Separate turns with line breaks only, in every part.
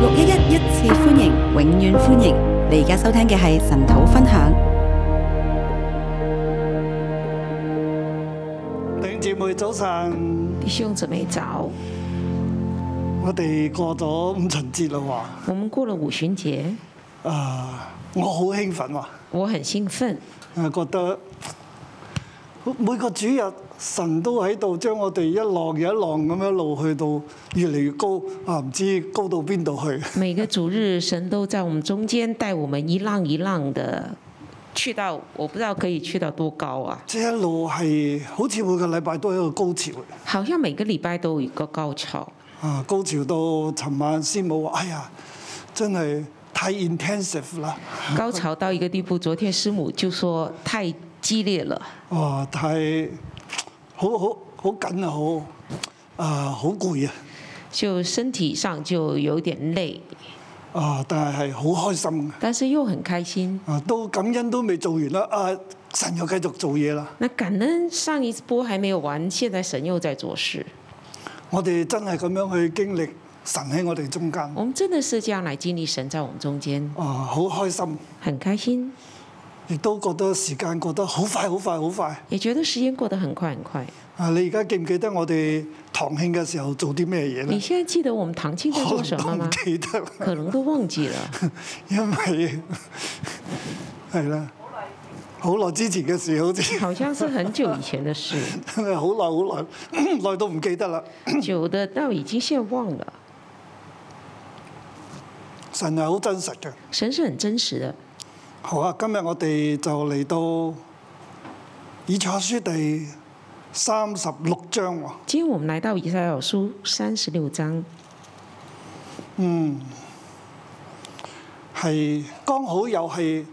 六一一一次歡迎，永遠歡迎！你而家收聽嘅係神土分享。
弟兄姊妹早晨，
弟兄姊妹早，
我哋過咗五旬節啦
我们过了五旬节，
喎，啊，我好興奮喎，
我很興奮，
啊覺得每個主日神都喺度將我哋一浪又一浪咁樣一路去到越嚟越高，啊唔知高到邊度去，
每个主日神都在我们中间带我们一浪一浪的去到，我不知道可以去到多高啊，
即係一路係好似每個禮拜都係一個高潮
好像每个礼拜都有一个高 潮。
啊高潮到尋晚師母話：哎呀，真係太 intensive 啦，
高潮到一个地步，昨天师母就说太激烈了，
哇太呃好好好緊啊好。啊，好攰啊！
就身体上就有点累，
啊，但係係好開心嘅。
但是又很开心。
啊，都感恩都未做完啦，啊，神又繼續做嘢啦。
那感恩上一波还没有完，现在神又在做事，
我哋真係咁樣去經歷神喺我哋中間，
我们真的是这样来经历神在我们中间，
啊，好開心，
很开心。
亦都覺得時間過得好快，好快，好快。
也觉得时间过得很快很快。
啊，你而家記唔記得我哋堂慶嘅時候做啲咩嘢
你
咧？
现在记得我们堂庆在做
我
什
都
么
唔
吗？
記得，
可能都忘记了，
因為 係啦，好耐之前嘅事，好似
好像是很久以前的事，
真係 好耐， 好耐，耐到唔記得啦。
久的到已经现在忘了。
神係好真實嘅。
神是很真实的。
好啊！今日我哋就嚟到以賽亞書第三十六章喎。
今天我们来到以赛亚书三十六章，
嗯，係剛好又係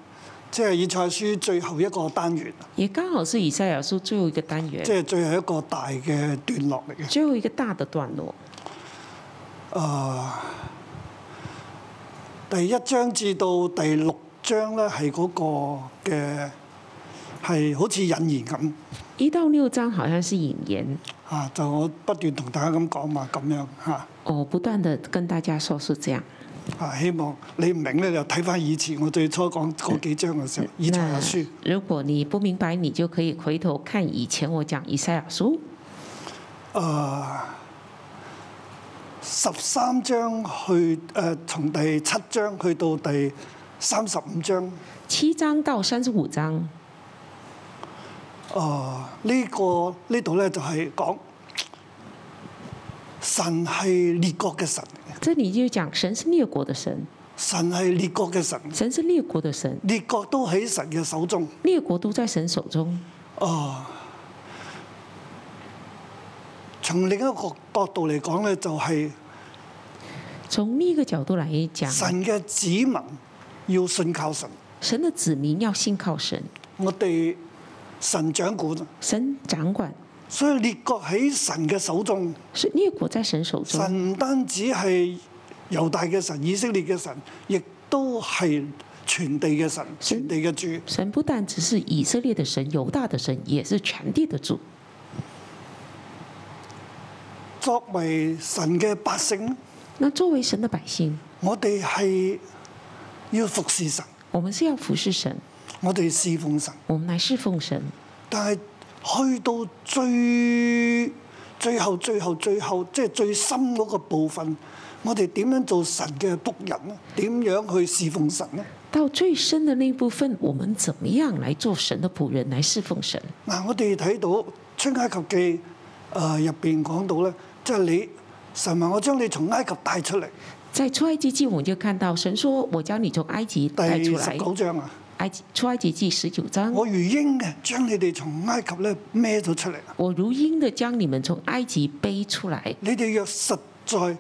即係以賽亞書最後一個單元，
也刚好是以賽亚書最后一个单元
即，係最後一個大嘅段落嚟嘅。誒、
最后一个大的段落。
第一章至到第六章咧，係嗰個嘅係好似引言咁
一到六章好像是引言，
啊，就我不斷同大家咁講嘛，咁樣嚇。啊
哦我不断的跟大家说是这样。
啊，希望你唔明咧，就睇翻以前我最初講嗰幾章嘅時候，以賽
啊
亞書
那如果你不明白，你就可以回头看以前我讲以赛亚书
十三章去誒、呃，從第七章去到第三十五章，誒、
七章到三十五章。
哦呢、個呢度咧就係、講神係列國嘅神，
这里就讲神是列国的神，
神係列國嘅神，
神是列国的神，
列國都喺神嘅手中。
列国都在神手中。
從另一個角度嚟講咧，就係、
从另一个角度来讲，
神嘅子民要信靠神，
神的子民要信靠神，
我哋神掌管。啊
神掌管，
所以列國喺神嘅手中，
是列国在神手中。
神唔單止係猶大嘅神、以色列嘅神，亦都係全地嘅神、全地嘅主。
神不但只是以色列的神、犹大的神，也是全地的主。
作為神嘅百姓，
那作为神的百姓，
我哋係要服侍神，
我们是要服侍神，
我哋侍奉神。
我们来侍奉神。
但係去到最最後、最後、最後，即係最深嗰個部分，我哋點樣做神嘅仆人呢？點樣去侍奉神呢？
到最深的那一部分，我们怎么样来做神的仆人，来侍奉神？
嗱，我哋睇到《出埃及記》誒入邊講到咧，即係你神話我將你從埃及帶出嚟，
在出埃及记，我们就看到神说：“我将你从埃及带出
第十
来。
九章啊，
埃及出埃及记十九章，
我如鷹嘅將你哋從埃及咧孭咗出嚟，啊
我如鷹的将你们从埃及背出来。
你哋若實在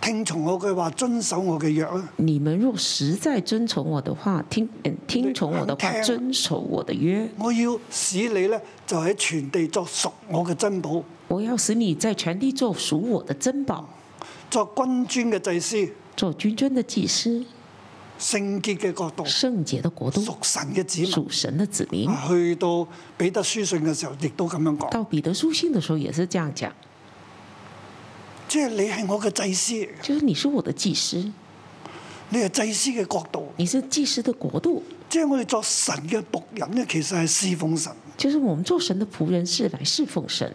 聽從我嘅話，遵守我嘅約啊咧，
你们若实在遵从我的话，听嗯听从我的话，
听
遵守我的约，
我要使你咧就喺全地作屬我嘅珍寶，
我要使你在全地做属我的珍宝，
作君尊嘅祭司，
做君尊的祭司，
聖潔嘅國度，
圣洁的国度，
屬神嘅子民。
属神的子民。
啊去到彼得書信嘅時候，亦都咁樣講，
到彼得书信的时候也是这样讲，
即係你係我嘅祭司嚟嘅。
就是你是我的祭司，
你係祭司嘅角度，
你是祭司的国度，
即係我哋作神嘅仆人咧，其實係侍奉神。
就是我们做神的仆人是来侍奉神，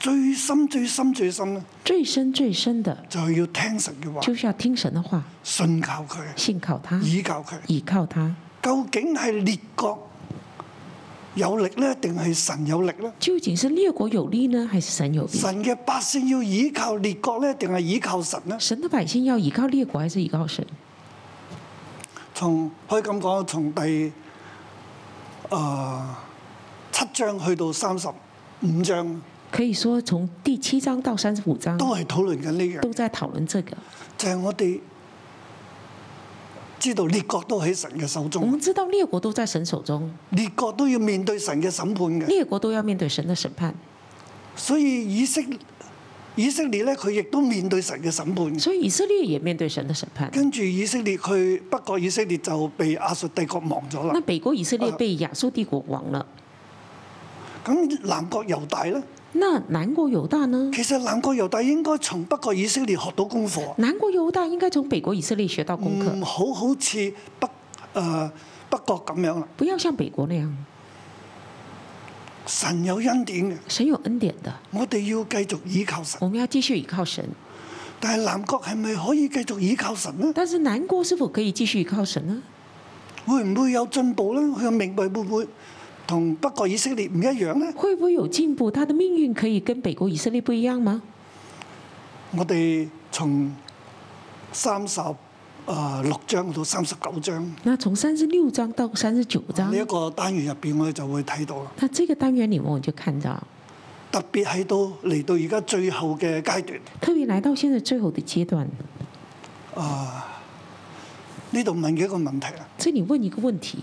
最深、最深、最深咧，
最深最深的
就係要聽神嘅話，
就是要嗯听神的话，
信靠佢，
信靠他，
倚靠佢。
倚靠他。
究竟係列國有力呢？定係神有力呢？
究竟是列国有利呢，还是神有利？
神嘅百姓要倚靠列國呢？定係倚靠神呢？
神的百姓要倚靠列国还是倚靠神？
從可以咁講，從第誒、呃七章去到三十五章，
可以说从第七章到三十五章
都係討論緊呢樣，
都在讨论这个。
就係、我哋知道列國都喺神嘅手
我
中，
们知道列国都在神手中，
列國都要面對神嘅審判嘅，
列国都要面对神的审判，
所以以色以色列咧，佢亦都面對神嘅審判嘅。
所以以色列也面对神的审判。
跟住以色列去北國以色列就被亞述帝國亡咗
那
啦。
北国以色列被亚述帝国亡了，
咁南國猶大呢？
那南国犹大呢？
其實南國猶大應該從北國以色列學到功課，
南国犹大应该从北国以色列学到功课，
唔好好似北誒、呃北國咁樣啦。
不要像北国那样。
神有恩典嘅，
神有恩典的，
我哋要繼續倚靠神。
我们要继续依靠神。
但係南國係咪可以繼續倚靠神呢？
但是南国是否可以繼續依靠神呢？
會唔會有進步呢？佢嘅命運會唔會同北國以色列唔一樣呢？
会不会有进步？他的命运可以跟北国以色列不一样吗？
我哋從三十誒六章到三十九章。
那从三十六章到三十九章
呢一，個單元入邊，我哋就會睇到啦。
那这个单元里面我就看到，
特別喺到嚟到而家最後嘅階段，
特别来到现在最后的阶段，
呢度問嘅一個問題啊啦：
这里问一个问题：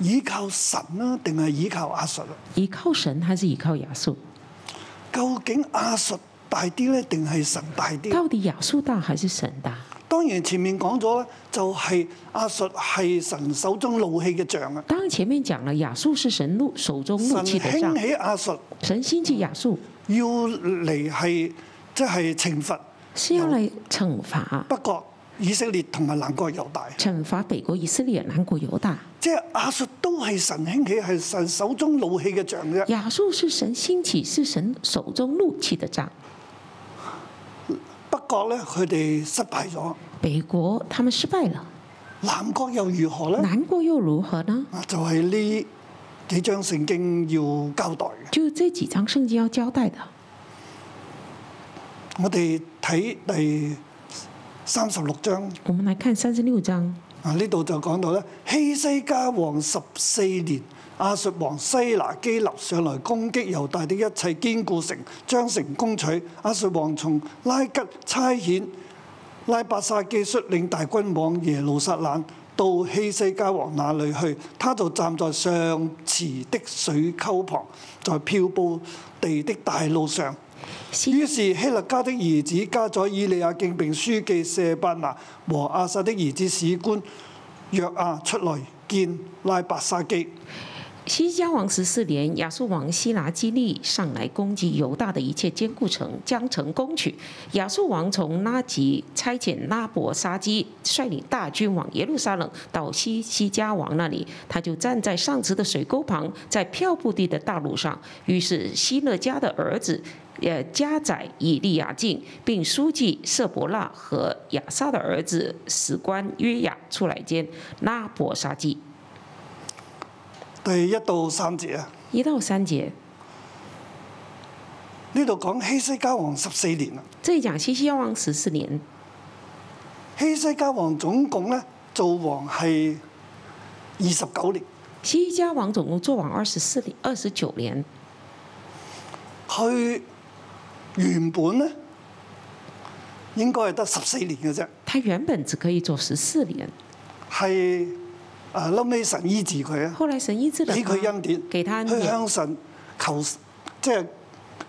倚靠神啦、定係倚靠亞述啊？
依靠神还是依靠亚述？
究竟亞述大啲呢？定係神大啲？
到底亚述大还是神大？
當然前面講咗啦，就係、亞述係神手中怒氣嘅杖啊！
当然前面讲了，亚述是神怒手中怒
神
气的杖
興，起亞述，
神兴起亚述
要嚟係即係懲罰
是要来惩罚、
北國以色列同埋南國猶大，
惩罚北国以色列、南国犹大。
即係亞述都係神興起，係神手中怒氣嘅杖啫。
亚述是神兴起，是神手中怒气的杖。
北國咧，佢哋失敗咗，
北国他们失败了，
南國又如何咧？
南国又如何呢？
啊，就係呢幾章聖經要交代嘅。
就这几章圣经要交代的。
我哋睇第三十六章
我们来看三十六章，
啊，呢度就講到咧，希西家王十四年，亞述王西拿基立上來攻擊猶大的一切堅固城，將城攻取。亞述王從拉吉差遣拉伯沙基率領大軍往耶路撒冷。到希西家王那裏去，他就站在上池的水溝旁，在漂布地的大路上，
西
於是希勒家的兒子加宰以利亞敬並書記舍伯拿和亞撒的兒子史官約亞啊出來見拉伯沙基。
西家王十四年，亚述王希拿基利上来攻击犹大的一切坚固城，将城攻取。亚述王从拉吉差遣拉伯沙基率领大军往耶路撒冷，到西西家王那里，他就站在上池的水沟旁，在漂布地的大路上。于是希勒家的儿子。呃，家宰以利亚敬，并书记舍伯纳和亚撒的儿子史官约雅出来见拉伯沙基。
第一到三節啊，
一到三节，
呢度講希西家王十四年啊，
这里讲西西王十四年，
希西家王總共咧做王係二十九年，
西家王总共做王二十四年、二十九年。
佢原本咧應該係得十四年嘅啫，
他原本只可以做十四年，
係啊後尾神醫治佢啊。
后来神医治了
俾佢恩典，
给他恩
佢
典。
向神求即係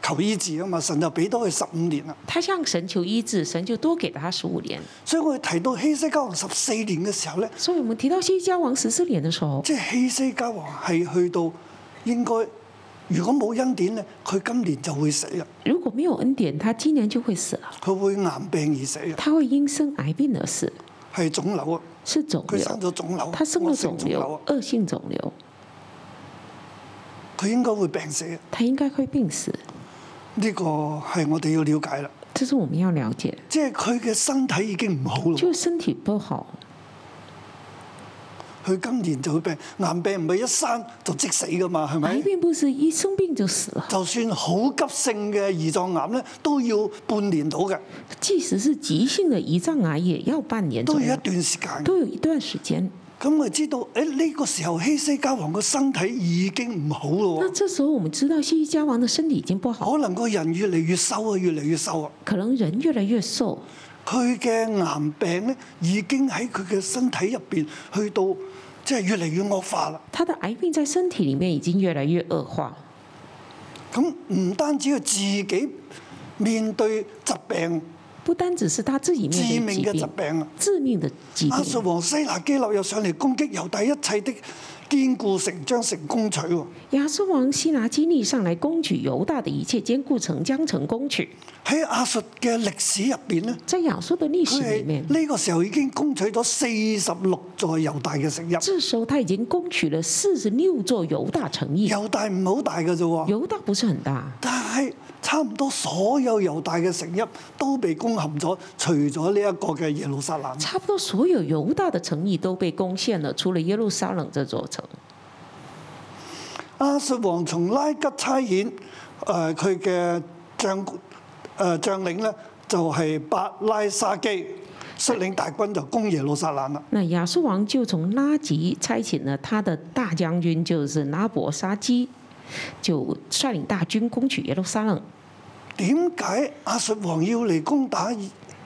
求醫治啊嘛，神就俾多佢十五年啦。
他向神求医治，神就多给了他十五年。
所以我哋提到希西家王十四年嘅時候咧，
所以我们提到西家王十四年的时候，
即係希西家王係去到應該如果冇恩典咧，佢今年就會死啦，
如果没有恩典，他今年就会死了，
佢會癌病而死嘅，
他会因生癌病而死，
係腫瘤啊！
是肿
佢生
瘤，
咗腫瘤，
他生
惡
了肿
性腫瘤啊
瘤，，恶性肿瘤，
佢應該會病死嘅。啊
他应该会病死，
呢個係我哋要了解啦，
这是我们要了解。
即係佢嘅身體已經唔好啦，
就身体不好，
佢今年就會病。癌病唔係一生就即死噶嘛，係
癌
咪？
病不是一生病就死了，
就算好急性嘅胰臟癌咧，都要半年到嘅，
即使是急性的胰脏癌，也要半年
都
左
要
右
一，段時間。
都有一段时间。
咁我知道，誒呢個時候希西家王個身體已經唔好咯
那
喎，
这时候我们知道西西家王的身体已经不好，
可能個人越嚟越瘦啊，越嚟越瘦啊。
可能人越来越瘦，
佢嘅癌病咧已經喺佢嘅身體入邊去到即係越嚟越惡化啦。
他的癌病在身体里面已经越来越恶化。
咁唔單止佢自己面對疾病
不单只是他自己
致
面对
命
疾
嘅疾
病，
病啊，
致命的疾
亞述
病。
王西拿基立又上嚟攻擊猶大一切的堅固城，將城攻取喎。
亚述王希拿基利上来攻取犹大的一切坚固城，将城攻取。
喺亞述嘅歷史入邊咧，
在亚述的历
佢
史里面，
係呢個時候已經攻取咗四十六座猶大嘅城邑。
这时候他已经攻取了四十六座犹大城邑。
猶大唔好大嘅啫喎，
犹大不是很大，
但係差唔多所有猶大嘅城邑都被攻陷咗，除咗呢一個嘅耶路撒冷。
差不多所有犹大的城邑都被攻陷了，除了耶路撒冷这座城。
亞述王從拉吉差遣誒佢嘅將誒、呃、將領咧，就係、伯拉沙基率領大軍就攻耶路撒冷啦。
那亚述王就从拉吉差遣了他的大将军，就是拉伯沙基，就率领大军攻取耶路撒冷。
點解亞述王要嚟攻打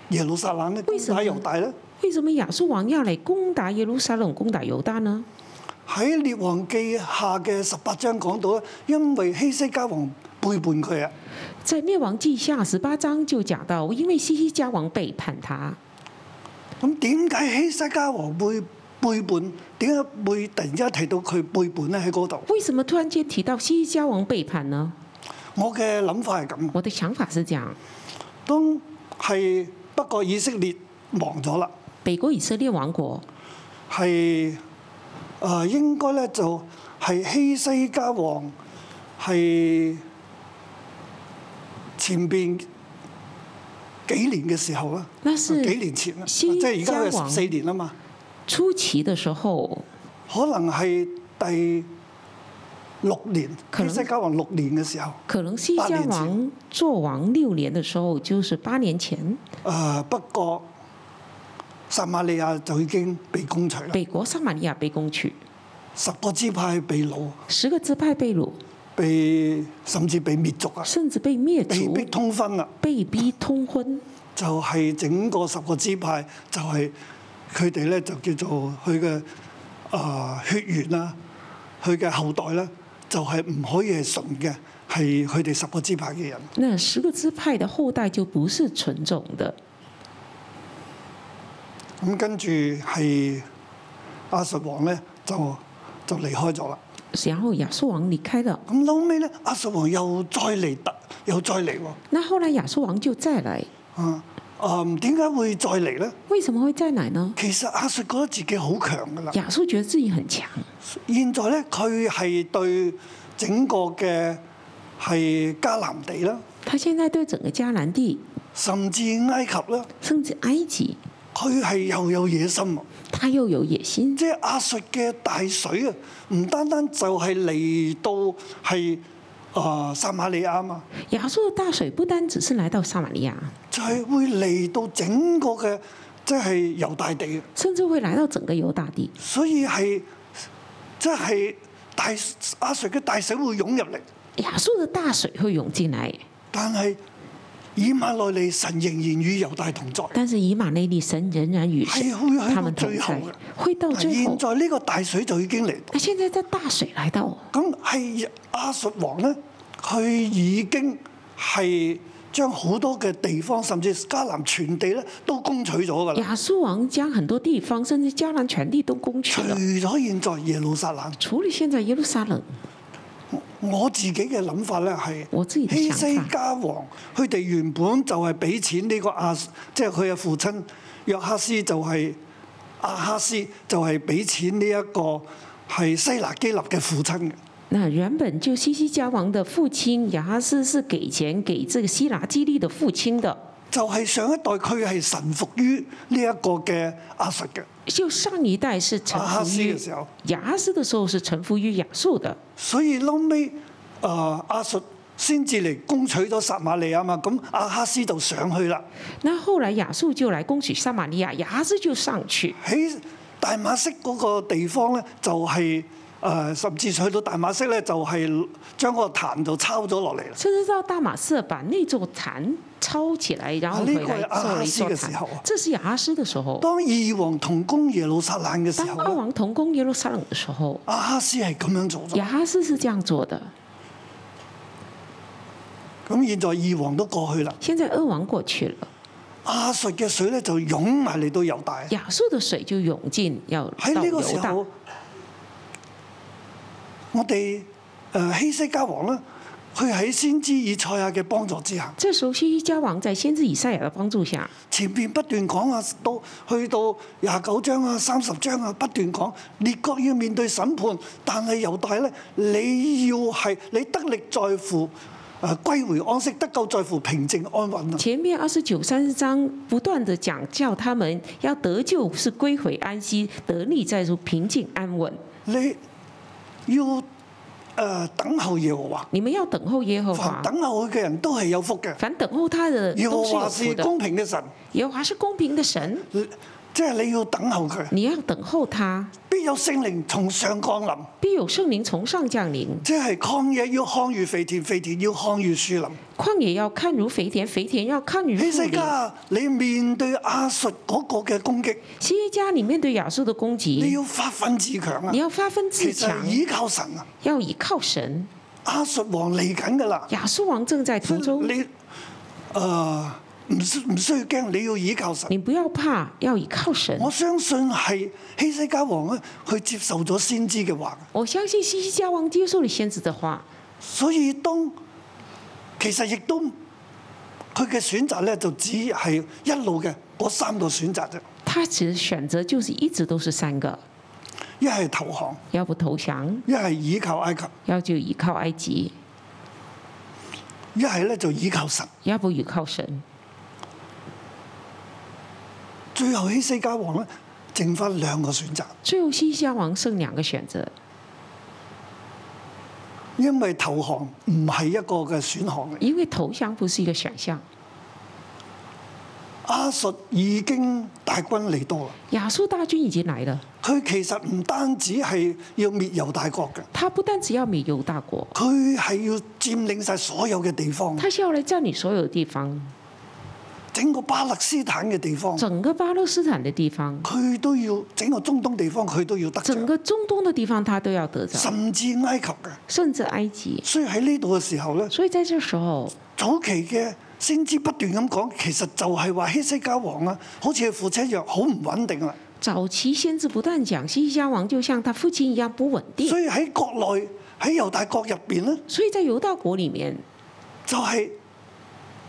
耶路撒冷咧？攻
為什
打
麼
猶大咧？
为什么亚述王要来攻打耶路撒冷、攻打犹大呢？
喺列王記下嘅十八章講到咧，因為希西家王背叛佢啊，
在《灭亡记下》十八章就讲到，因为西西家王背叛他，
咁點解希西家王會背叛？點解會突然之間提到佢背叛咧？喺嗰度，
为什么突然间提到西西家王背叛呢？
我嘅諗法係咁。
我的想法是这样：
當係不過以色列亡咗啦，
北国以色列王国
係誒、呃、應該咧就係希西家王係前邊幾年嘅時候啦，
那是
幾啊年前啦，即
希
係而家
家
嘅
王
十四年啦嘛，
初期的时候，
可能係第六年
可
希
能
西家王六年嘅時候，誒、
可能西西
八
家
年前
王做王六年的时候，就是八年前，
啊不過撒瑪利亞就已經被攻取啦，
北国撒玛利亚被攻取，
十個支派被擄。
十个支派被掳，
被甚至被滅族啊，
甚至被灭
被
族
逼，通婚啦，
被逼通婚。
就係、整個十個支派，就係佢哋咧就叫做佢嘅啊血緣啦，佢嘅後代啦，就係、唔可以係純嘅，係佢哋十個支派嘅人。
那十个支派的后代就不是纯种的。
咁跟住係亞述王咧就就離開咗啦。
然后亚述王离开了，
咁後尾咧，亞述王又再嚟突，又再嚟喎。
那后来亚述王就再来，
啊啊，點解會再嚟咧？
为什么会再来呢？
其實亞述覺得自己好強噶啦。
亚述觉得自己很强，
現在咧，佢係對整個嘅係迦南地啦，
他现在对整个迦南地，
甚至埃及啦，
甚至埃及，
佢係又有野心啊！
他又有野心。
即係亞述嘅大水啊，唔單單就係嚟到係啊、呃、撒瑪利亞嘛，
亚述的大水不单只是来到撒玛利亚，
就係、會嚟到整個嘅即係猶大地，
甚至会来到整个犹大地，
所以係即係大亞述嘅大水會湧入嚟，
亚述的大水会涌进来。
但係以馬內利神仍然與猶大同在。
但是以马内利神仍然与神
哎会会
他们
到
同
最
在
后的，
会到最后
現。在呢個大水就已經嚟到，
那现在这大水来到，
咁係亞述王呢，佢已經係將好多嘅地方，甚至迦南全地咧都攻取咗㗎啦。
亚述王将很多地方，甚至迦南全地都攻取
除
了。
咗現在耶路撒冷，
除了现在耶路撒冷，
我自己嘅諗法咧係，
我自己的
希
想法
西家王佢哋原本就係俾錢呢個亞，即係佢嘅父親約哈斯就係、亞哈斯就係俾錢呢一個係西拿基立嘅父親嘅。
那原本就西西家王的父亲亚哈斯是给钱给这个希拿基利的父亲的，
就係上一代佢係臣服於呢一個嘅亞述嘅
就上一代是臣
亞啊哈斯
服于
嘅時候，
亚哈斯的时候是臣服于亚述的，
所以嬲尾誒亞述先至嚟攻取咗撒瑪利亞嘛，咁亞哈斯就上去啦，
那后来亚述就来攻取撒玛利亚，亚哈斯就上去。
喺大馬色嗰個地方咧就係、誒甚至去到大馬色咧，就係將個壇就抄咗落嚟啦。
甚至到大马士把那座坛抄起来，然后
啊呢
回
个
来
系
做了一座
亚哈斯嘅时
坛
候啊。
这是亚哈斯的时候，
當二王同攻耶路撒冷嘅時
当
候
二
咧，
王同攻耶路撒冷的时候，
亞哈斯係咁樣做咗。
亚哈斯是这样做的。
咁現在二王都過去啦，
现在二王过去了，
哎亞述嘅水咧就湧埋嚟到猶大。
亚述的水就涌进，要
喺
到
呢
犹
個時
大。
候，我哋誒、呃希西家王咧，佢喺先知以賽亞嘅幫助之下，
这时候西西家王在先知以赛亚的帮助下，
前面不斷講啊，到去到廿九章啊、三十章啊，不斷講列國要面對審判，但係猶大咧，你要係你得力在乎誒、呃、歸回安息，得救在乎平靜安穩啊！
前面二十九、三十章不断的讲，叫他们要得救是归回安息，得力在乎平静安稳。
你要誒、呃等候耶和華，
你们要等候耶和华
凡，等候佢嘅人都係有福嘅。
凡等候他的
耶和
都是有
華
福
是
的。
公平嘅神。
耶和华是公平的神，
即係你要等候佢，
你要等候他，
必有聖靈從上降臨。
必有圣灵从上降临。
即係曠野要看如肥田，肥田要看如樹林。
旷野要看如肥田，肥田要看如
希
树
西
林。
家，你面對亞述嗰個嘅攻擊，
西耶家里面对亚述的攻
你
击，
要發奮自強啊
你！要发奋自
其實
强
係，倚靠神啊！
要倚靠神。
亞述王嚟緊㗎啦，
亚述王正在途中，
你誒唔需唔需要驚，你要倚靠神。
你不要怕，要倚靠神。
我相信係希西家王咧，佢接受咗先知嘅話。
我相信西西家王接受了先知的话，
所以當其實亦都佢嘅選擇咧，就只係一路嘅嗰三個選擇啫，
他其实选择就是一直都是三个：
一係投降，
要不投降，
一係倚靠埃及，
要就倚靠埃及，
一係咧就倚靠神。
要不倚靠神。
最後希西家王咧，剩翻兩個選擇，
最后西西家王剩两个选择，
因為投降唔係一個嘅選項嚟。
因为投降不是一个选项。
亞述已經大軍嚟到啦，
亚述大军已经来了，
佢其實唔單止係要滅猶大國嘅，
他不但只要灭犹大国，
佢係要佔領晒所有嘅地方，
他是要来占领所有地方，
整個巴勒斯坦嘅地方。
整个巴勒斯坦的地方，
佢都要整個中東地方，佢都要得
整
着，
个中东的地方，他都要得着，
甚至埃及嘅。
甚至埃及。
所以喺呢度嘅時候咧，
所以在这时候，
早期嘅先知不斷咁講，其實就係話希西家王啊，好似佢父親一樣，好唔穩定啦。
早期先知不断讲西西家王就像他父亲一样不稳定
所，以喺國內喺猶大國入邊咧，
所以在犹大国里面，
就係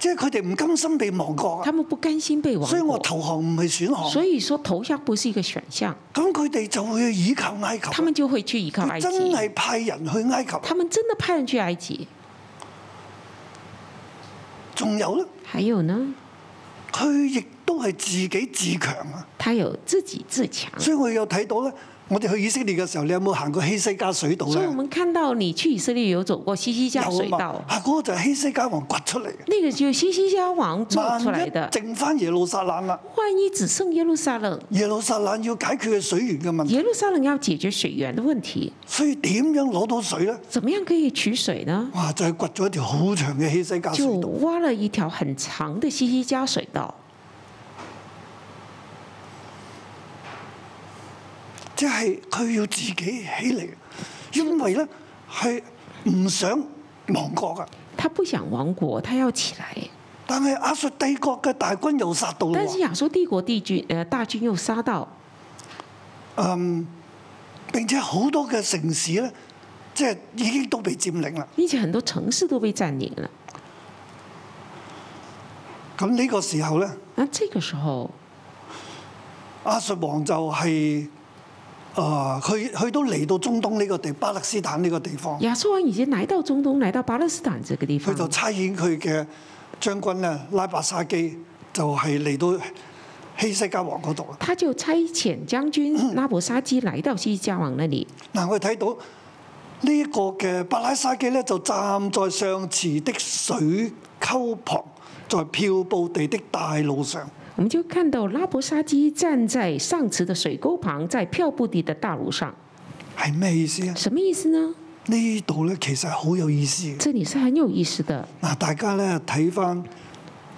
即係佢哋唔甘心被亡國
他
啊。
们不甘心被亡
所以我
国，
投降唔係選項，
所以说投降不是一个选项，
咁佢哋就會倚靠埃及。啊
他们就会去依靠埃
佢
及
真。係派人去埃及。
他们真的派人去埃及。
仲有咧，
还有呢，
佢亦都係自己自強啊。
他有自己自强。
所以我有睇到咧，我哋去以色列嘅時候，你有冇行過希西家水道
所
咧
以？我们看到你去以色列有走过西西加水
有啊
道
嘛，，啊嗰、個就係希西家王掘出嚟嘅，
那个就是西西加王做出
萬
来
一
的。
剩翻耶路撒冷啦，
万一只剩耶路撒冷，
耶路撒冷要解決嘅水源嘅問題，
耶路撒冷要解决水源的问题，
所以點樣攞到水咧？
怎么样可以取水呢？
哇！就係、掘咗一條好長嘅希西
就
家啊水道，
挖了一条很长的西西加水道，
即係佢要自己起嚟，因為咧係唔想亡國啊。
他不想亡国，他要起来。
但係亞述帝國嘅大軍又殺到啦
但是
喎，
亚述帝国帝军呃大军又杀到，
並且好多嘅城市咧
即係已經都被佔領啦。
并且很多城市都被占领了。
咁呢個時候咧，
那这个时
哦
候，
亞述王就係、啊，佢佢都嚟到中東呢個地巴勒斯坦呢個地方，嗯
亚述王已经来到中东，来到巴勒斯坦这个地
佢
方，
就差遣佢嘅將軍咧拉伯沙基，就係、嚟到希西家王嗰度啦。
他就差遣将军拉伯沙基来到西加王那里。
嗱，我哋睇到呢一個嘅巴拉沙基咧，就站在上池的水溝旁，在漂布地的大路上。
我们就看到拉伯沙基站在上池的水沟旁，在漂布地的大路上，
係咩意思啊？
什么意思呢？
呢度咧其實係好有意思嘅。
这里是很有意思的。
嗱，大家咧睇翻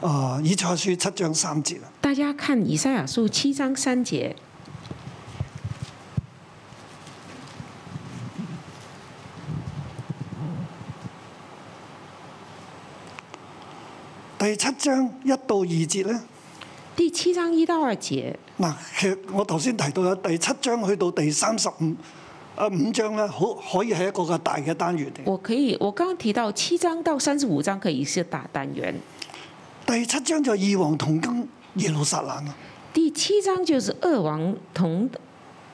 啊以賽書七章三節啊，
大家看以赛亚书七章三节，
第七章一到二節咧。
第七章一到二节，
嗱，其實我頭先提到啦，第七章去到第三十五啊五章咧，好可以係一個嘅大嘅單元嚟。
我可以，我刚刚提到七章到三十五章可以是大单元，
第七章就係二王同庚耶路撒冷啊。
第七章就是二王同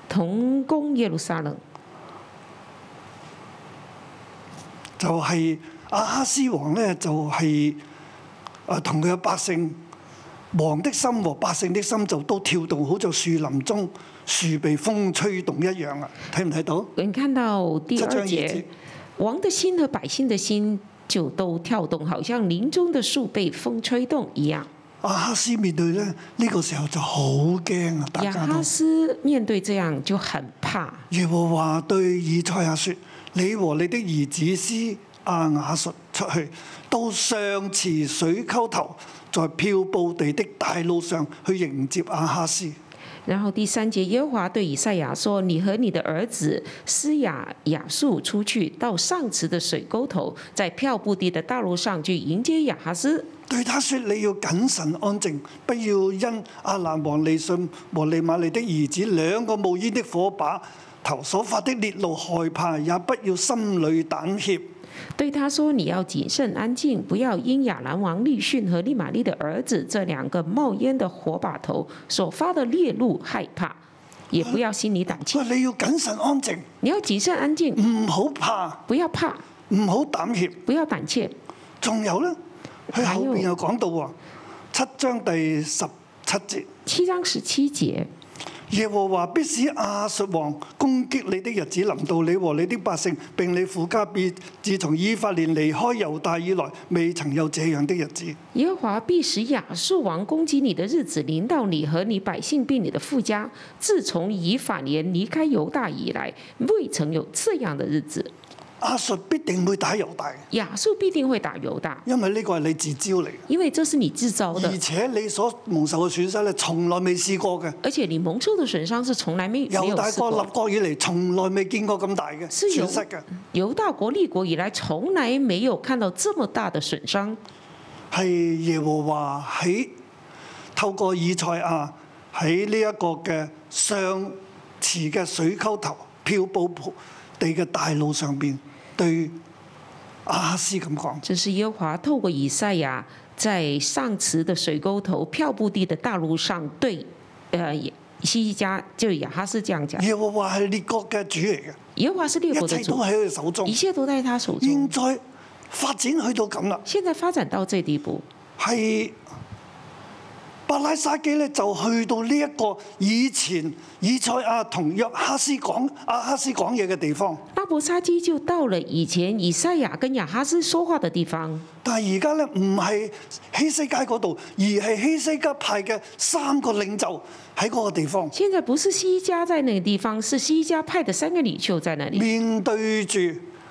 同攻耶路撒冷，
就係阿哈斯王咧，就係啊同佢嘅百姓，王的心和百姓的心就都跳動，好似樹林中樹被風吹動一樣啊！睇唔睇到？
你看到第
七章
二
二
节
節，
王的心和百姓的心就都跳动，好像林中的树被风吹动一样。
阿哈斯面對咧呢、呢個時候就好驚啊！大
亚
家
哈
都
斯面对这样就很怕。
耶和華對以賽亞說：你和你的兒子施阿雅述出去，到上池水溝頭，在漂布地的大路上去迎接阿哈斯。
然后第三节，耶和华对以赛亚说：“你和你的儿子施雅雅述出去，到上池的水沟头，在漂布地的大路上去迎接亚哈斯。
對他說：你要謹慎安靜，不要因阿蘭王利信和利瑪利的兒子兩個冒煙的火把頭所發的烈怒害怕，也不要心裏膽怯。
对他说：你要谨慎安静，不要因亚兰王利逊和利玛利的儿子这两个冒烟的火把头所发的烈怒害怕，也不要心里胆怯
佢。話你要謹慎安靜，
你要谨慎安静，
唔好怕，
不要怕，
唔好膽怯。
不要胆怯。
仲有呢，佢後
還
邊
有
又講到喎，七章第十七節。
七章十七节，
耶和華必使亞述王攻擊你的日子臨到，你和你的百姓並你父家必自從以法蓮離開猶大以來，未曾有這樣的日子。
耶和华必使亚述王攻击你的日子临到你和你百姓并你的富家。自从以法莲离开犹大以来，未曾有这样的日子。
亞述必定會打猶大嘅，
亚述必定会打犹大，
因為呢個係你自招嚟嘅，
因为这是你自招的
而。且你所蒙受嘅損失咧，從來未試過嘅。
而且你蒙受的損傷是從來沒沒
猶
有
大
試
國
過
立，國以嚟，從來未見過咁大嘅
是
損
有
失嘅，
猶大國立國以來，從來沒有看到這麼大的損傷，
係耶和華喺透過以賽亞喺呢一個嘅上池嘅水溝頭漂布地嘅大路上邊對亞哈斯咁講。
这是耶和華透過以賽亞在上池的水溝頭漂布地的大路上對，呃西西家就是亞哈斯這樣講，
耶和華係列國嘅主嚟嘅，
耶和華是列國
一
的
切都
主，
喺佢手中
一。切都在他手
現
中。
在發展去到咁啦。
現在發展到這地步，
係伯拉沙基咧，就去到呢一個以前以賽亞同約哈斯講阿哈斯講嘢嘅地方，
拉伯沙基就到了以前以賽亞跟亞哈斯說話的地方。
但係而家咧唔係希西家嗰度，而係希西家派嘅三個領袖喺嗰個地方，
現在不是西西家在那個地方，是西西家派的三个領袖在那裡，
面對住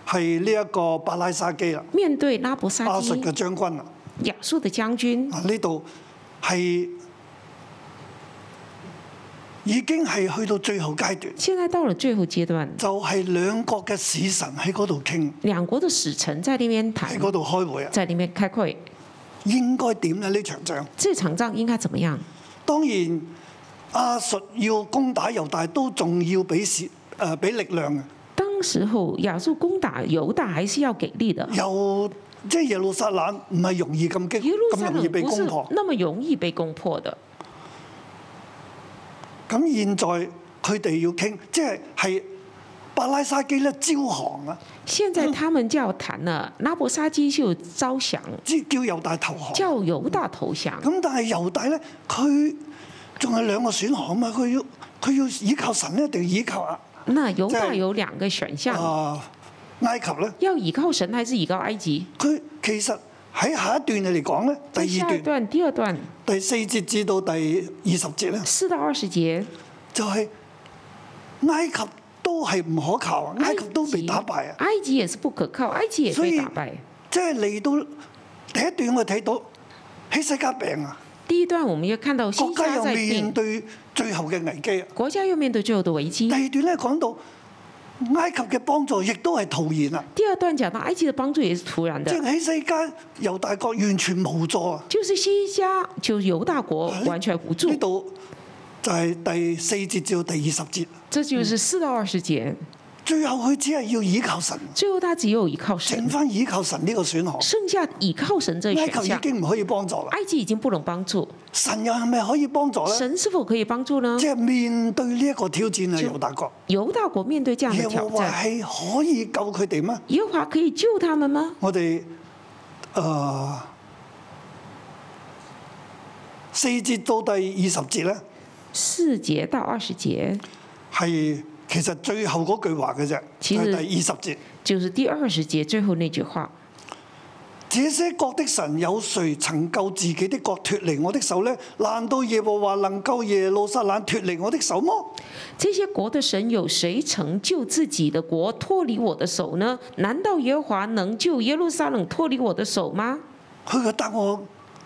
係呢一個伯拉沙基啦，
面對拉伯沙
亞
基
啊
述嘅將軍啦，啊
亞述的將軍，
嗱呢度係已經係去到最後階段，
現在到了最後階段，
就係、兩國嘅使臣喺嗰度傾。
兩國的使臣在那邊
喺
談，
嗰度開會啊，
在那邊開會，
應該點咧？呢場仗
這場仗應該怎麼樣？
當然亞述要攻打猶大，都仲要俾時誒俾力量嘅。
當当时候亚述攻打犹大还是要给力的，
又即係耶路撒冷唔係容易咁激
耶路
咁
撒
容易
冷
被
不
攻
是嗯
破。
那么容易被攻破的。
咁現在佢哋要傾，即係係巴拉沙基咧招降啊，
现在他们就要谈了，拉伯沙基就招降，
即叫猶大投降。
叫犹大投降。
咁但係猶大咧，佢仲係兩個選項啊嘛，佢要佢要依靠神咧，定依靠啊
那犹大
在
有两个选项，
啊埃及咧？
要倚靠神还是倚靠埃及？
佢其實喺下一段嚟講咧，
在
第
下
二
一
段
段第二段
第四節至到第二十節咧，
四到二十节，
就係、埃及都係唔可靠啊，埃及都被打敗啊。
埃及也是不可靠，埃及也
所
被
以
打败。
即係嚟到第一段我睇到希西家病啊，
第一段我们也看到
國
西
家
家
又
在
面
病，
對最後嘅危機啊。
国家又面对最后的危机
第。二段咧講到埃及嘅幫助亦都係徒然啊，
第二段讲到埃及的幫助也是突然
即
的，
係希西家由大國完全無助啊。
就是西家就猶大国
哎
完全无助
呢。度就係第四節至到第二十節，
这就是四到二十节，
最後佢只係要倚靠神，
最後他只有依靠
剩
神，
翻倚靠神呢個選項。
剩下倚靠神这一
埃
选
及已
项。
經唔可以幫助啦，
埃及已經不能幫助，
神又係咪可以幫助咧？
神是否可以幫助呢
即？係面對呢一個挑戰啊，
就
猶大國，
猶大国面對這樣
耶
的挑
和華
戰，
係可以救佢哋咩？
耶和華可以救他們嗎？
我哋誒、呃四節到第二十節咧，
四節到二十節
係其實最後嗰句話嘅啫，
其實
係第二十節。
就是第二十節最後那句話。
這些國的神有誰曾救自己的國脱離我的手呢？難道耶和華能夠耶路撒冷脱離我的手麼？
这些国的神有谁曾救自己的国脱离我的手呢？难道耶和华能救耶路撒冷脱离我的手吗？
佢嘅答案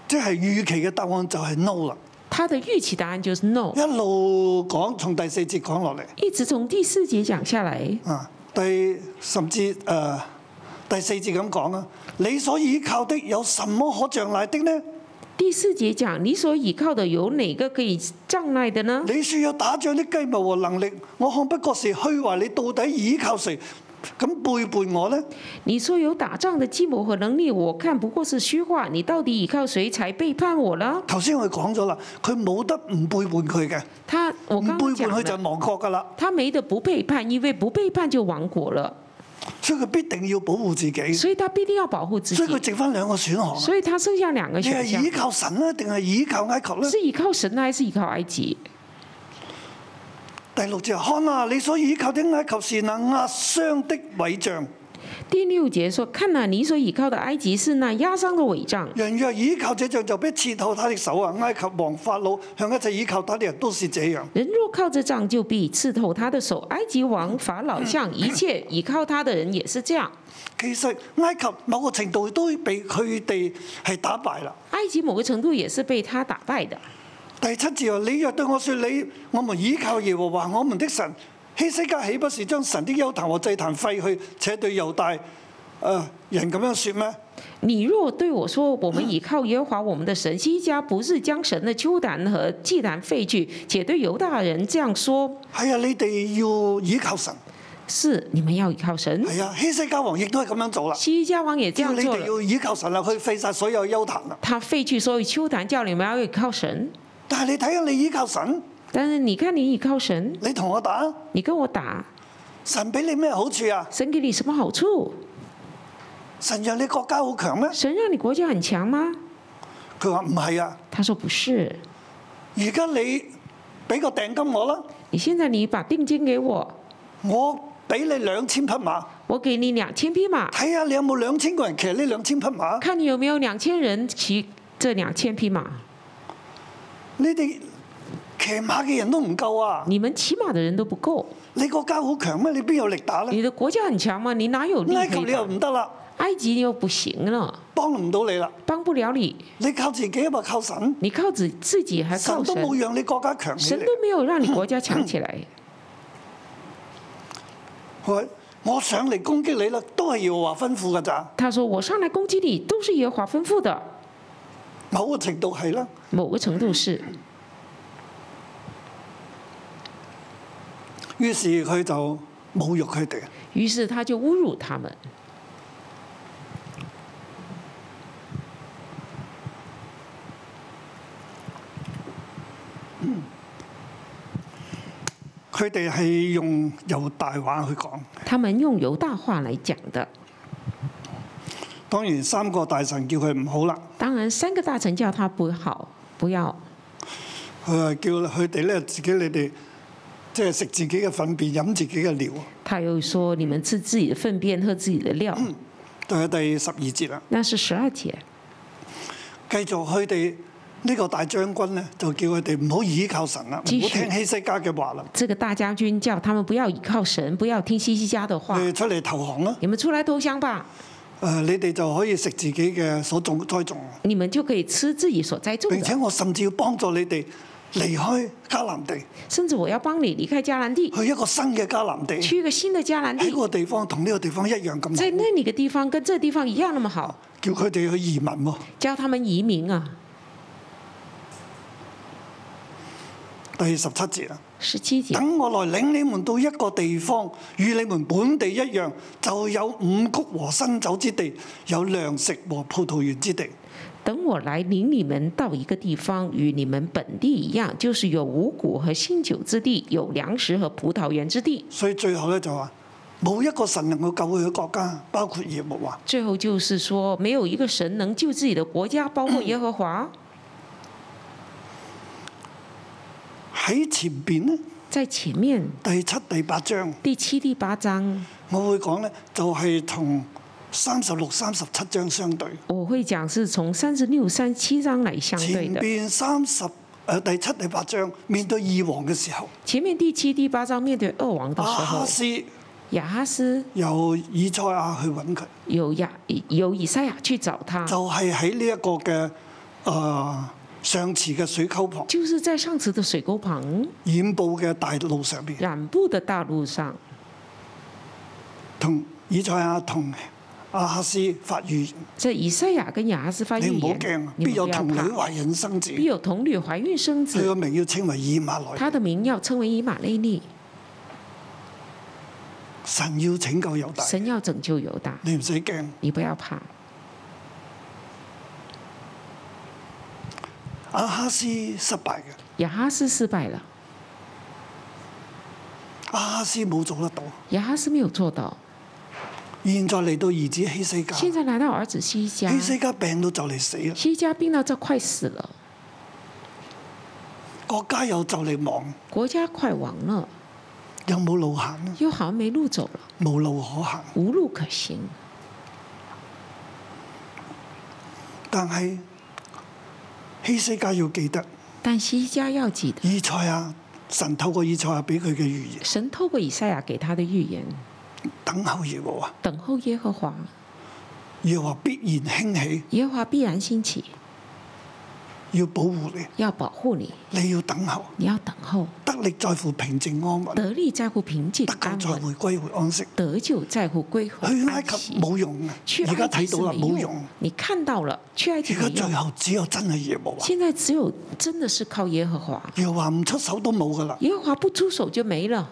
即係預期嘅答案就係 no 啦，
他的预期答案就是 no，
一路講從第四節講落嚟
一直从第四节讲下来，
啊，第甚至誒、呃第四節咁講啊，你所倚靠的有什麼可像賴的呢？
第四节讲你所倚靠的有哪个可以障碍的呢？
你說有打仗的計謀和能力，我看不過是虛話。你到底倚靠誰？咁背叛我呢？
你说有打仗的计谋和能力，我看不过是虚话。你到底倚靠谁才背叛我呢？
頭先我講咗啦，佢冇得唔背叛佢嘅，
他我
唔
刚刚
背
讲
叛佢就
了，
亡國噶啦，
他没得不背叛，因为不背叛就亡国了，
所以佢必定要保護自己，
所以他必定要保护自
所以佢
己。
剩翻兩個選項啊。
所以他剩下两个
啊你
选项
係倚。靠神呢？定係倚靠埃及呢？
是依靠神呢还是依靠埃及？
第六節話看啊，你所倚靠的埃及是那壓傷的偉像，
第六节说：“看呐、你所倚靠的埃及是那压伤的伪杖，
人若倚靠這像，就必刺透他的手啊！埃及王法老向一切倚靠他的人都是這樣。
人若靠着杖，就必刺透他的手。埃及王法老像一切倚靠他的人也是这样。
其實埃及某個程度都被佢哋係打敗啦。
埃及某个程度也是被他打败的。
第七節話：你若對我說你，我們倚靠耶和華我們的神，希西家豈不是將神的丘壇和祭壇廢去，且對猶大呃人咁樣說咩？
你若对我说，我们倚靠耶和华我们的神，西家不是将神的丘坛和祭坛废去，且对犹大人这样说：
係啊，你哋要倚靠神。
是你们要倚靠神。
係啊，希西家王亦都係咁樣做啦。
西家王也这
叫
样
你
做
哋
了，
要倚靠神啦，去廢晒所有丘壇啦。
他废去所有丘坛，叫你们要倚靠神。”
但係你睇下你倚靠神，
但是你看，你倚靠神，
你同我打，
你跟我打，
神俾你咩好處啊？
神给你什么好处？
神讓你國家好強咩？
神让你国家很强吗？
佢話唔係啊，
他说不是。
而家你俾個訂金我啦，
你现在你把定金给我，
我俾你兩千匹馬，
我给你两千匹马，
睇下你有冇兩千個人騎呢兩千匹馬？
看你有没有两千人骑这两千匹马。
你哋騎馬嘅人都唔夠啊！
你们骑马的人都不够，
你國家好強咩？你邊有力打呢？
你的国家很强吗？你哪有力啊
埃
可
及
以
你又
打？
唔得啦，
埃及又不行了，
幫唔到你啦。
帮不了你。
你靠自己啊嘛，靠神，
你靠自自己还靠
神都冇
神，
讓你國家強起
神
嚟。
都没有让你国家强起来。
佢我上嚟攻擊你啦，都係要話吩咐㗎咋。
他说：“我上来攻击你，都是耶和华吩咐的。
某個程度係啦，”
某个程度是，
於是佢就侮辱佢哋。
于是他就侮辱他们。
佢哋係用猶大話去講。
他们用犹大话来讲的。
當然三個大臣叫佢唔好啦，
当然，三个大臣叫他不好，不要，
佢係叫佢哋咧自己你哋即係食自己嘅糞便，飲自己嘅尿。
他又说你们吃自己的粪便，喝自己的料。
就係第十二節啦。
那是十二节。
繼續佢哋呢個大將軍咧，就叫佢哋唔好倚靠神啦，唔
繼
好
續
聽希西家嘅話啦，
这个大将军叫他们不要倚靠神，不要听西西家的话，
你哋出嚟投降啦。
你们出来投降吧，
誒、你哋就可以食自己嘅所種栽種，
你们就可以吃自己所栽种
並且
的。
我甚至要幫助你哋離開迦南地，
甚至我要帮你离开迦南地，
去一個新嘅迦南地，
去一个新的迦南
喺
地
嗰，個地方同呢個地方一樣咁
在
好，
那里的地方跟这地方一样那么好，
叫佢哋去移民喎。
教他们移民啊。
第十七節啊，
十七节，
等我來領你們到一個地方，與你們本地一樣，就有五谷和新酒之地，有糧食和葡萄園之地。
等我来领你们到一个地方，与你们本地一样，就是有五谷和新酒之地，有粮食和葡萄园之地。
所以最後咧就話冇一個神能夠救佢嘅國家，包括耶和華。
最后就是说，没有一个神能救自己的国家，包括耶和华。
喺前邊咧，
在前面
第七、第八章，
第七、第八章，
我會講咧，就係同三十六、三十七章相對。
我会讲是从三十六、三七章来相对
前
的。
邊三十誒第七、第八章面對二王嘅時候，
前面第七、第八章面对二王的时
阿
候
哈，斯
亚哈斯
由以賽亞去揾佢，
有亚有以赛亚去找他，
就係喺呢一個嘅誒、呃上池嘅水溝旁、
就是在上池的水沟旁
染布嘅大路上邊，
染布的大路上，
同以賽亞同阿哈斯發預言。
这以赛亚跟亚哈斯发预
你唔好
言
驚，，啊
你
必
们
有
不要
童女
怕，
懷孕生子，
必有童女怀孕生
佢
子，
個名要稱為以馬內。
他的名要称为以马内利，
神要拯救猶大，
神要拯救犹大，
你唔使驚。
你不要怕。
阿哈斯失敗嘅，
亚哈斯失败了，
阿哈斯冇做得到。
亚哈斯没有做到。
啊現在嚟到兒子希西家，
现在来到儿子西家，
希西家病到就嚟死啦，
西家病到这快死了，
國家又就嚟亡，
国家快亡了，
又冇路行啦，
又好像没路走了，
無路可行。
无路可行。
但係希西家要記得，
但西家要记得，
以賽亞神透過以賽亞俾佢嘅預言，
神透过以赛亚给他的预言，
等候耶和華，
等候耶和华，
耶和華必然興起，
耶和華必然兴起，
要保護你，
要保护你，
你要等候。
你要等候。
得力在乎平靜安穩，
得力在乎平静
得
安
救在
稳，
乎歸回安息。
得救在乎归回
去埃
安
及
息。
冇用啊！
去
而家
埃及
睇
是
到啦，
没
冇
用
用。，
你看到了，去埃及
而
没
家
用
最。後只有真係耶和華，
现在只有真的是靠耶和华，
耶和華唔出手都冇噶啦。
耶和华不出手就没了。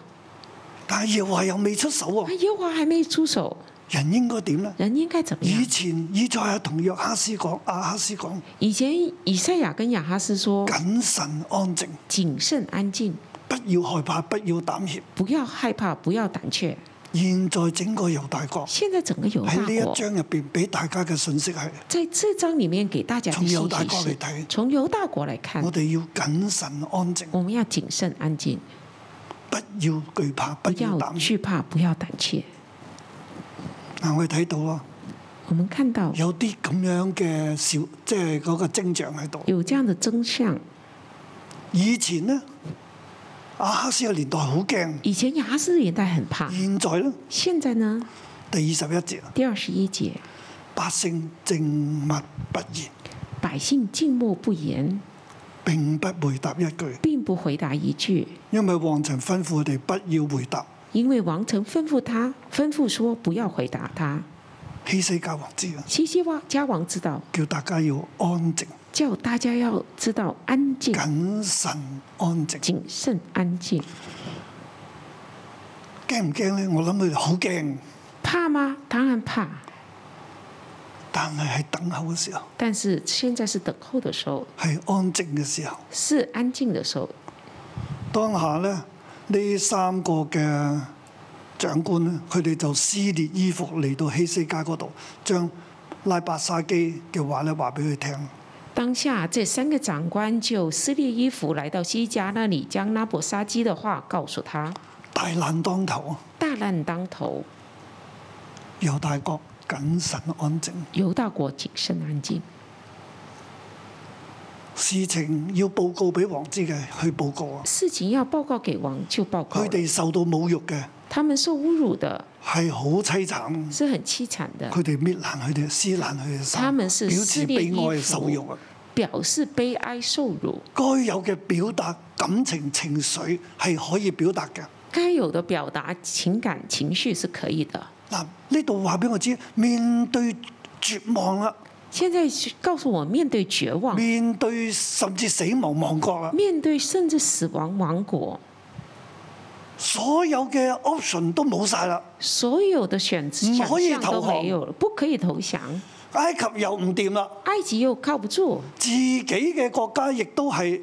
但係耶和華又未出手
那
喎，
耶和华还没出手，
人應該點呢？
人应该怎么样
以？前以賽亞同約哈斯講，亞哈斯講
以前以赛亚跟亚哈斯说
謹慎安靜，
谨慎安静，
不要害怕，不要膽怯。
不要害怕，不要胆怯。
現在整個猶大國
现在整个犹
喺
大
呢一
国
章入邊俾大家嘅信息係，
在这章里面给大家的
從猶
信
大
息嗯
國嚟
是，
睇，
从犹大国来看
我，哋要謹慎安靜，
我们要谨慎安静，
不要懼怕，不
不
要
要
膽怯。
惧怕，不要胆怯。
嗱，我哋睇到咯。
我们看到
有啲咁樣嘅小，即係嗰個徵象喺度。
有这样的真相。
以前呢，阿哈斯嘅年代好驚，
以前亚哈斯的年代很怕，
現在呢，
现在呢？
第二十一節啊，
第二十一节，
百姓靜默不言，
百姓静默不言，
並不回答一句，
并不回答一句，
因為王曾吩咐佢哋不要回答。
因为王曾吩咐他，吩咐说不要回答他。
希西家王知啊，
西西哇家王知道，
叫大家要安靜、
叫大家要知道安静、
謹慎、安靜。
谨慎、安静。
驚唔驚咧？我諗佢哋好驚，
怕吗？当然怕，
但係喺等候嘅時候，
但是现在是等候的时候，
係安靜嘅時候。
是安静的时候。
當下咧，呢三個嘅長官咧，佢哋就撕裂衣服嚟到希西家嗰度，將拉伯沙基嘅話咧話俾佢聽。
当下，这三个长官就撕裂衣服来到西加那里，将拉伯沙基的话告诉他。
大難當頭啊！
大难当头，
猶大國謹慎安靜，
犹大国谨慎安静，
事情要報告俾王知嘅去報告啊！
事情要报告给王就报告
佢
了。
哋受到侮辱嘅
他们受侮辱的
係好凄慘。
是很凄惨的，
佢哋搣爛佢哋，撕爛佢哋
他
衫，
們是
表
撕
示
裂
悲哀
衣服
受辱啊！
表示悲哀受辱，
該有嘅表達感情情緒係可以表達嘅。
该有的表达情感情绪是可以的。
嗱，呢度話俾我知，面對絕望啦，
现在告诉我，面对绝望，
面對甚至死亡亡國啦，
面对甚至死亡王国，
所有嘅 option 都冇晒啦。
所有的选择
唔
选
可以
项都
投降
没有了，不可以投降。
埃及又唔掂啦，
埃及又靠不住，
自己嘅國家亦都係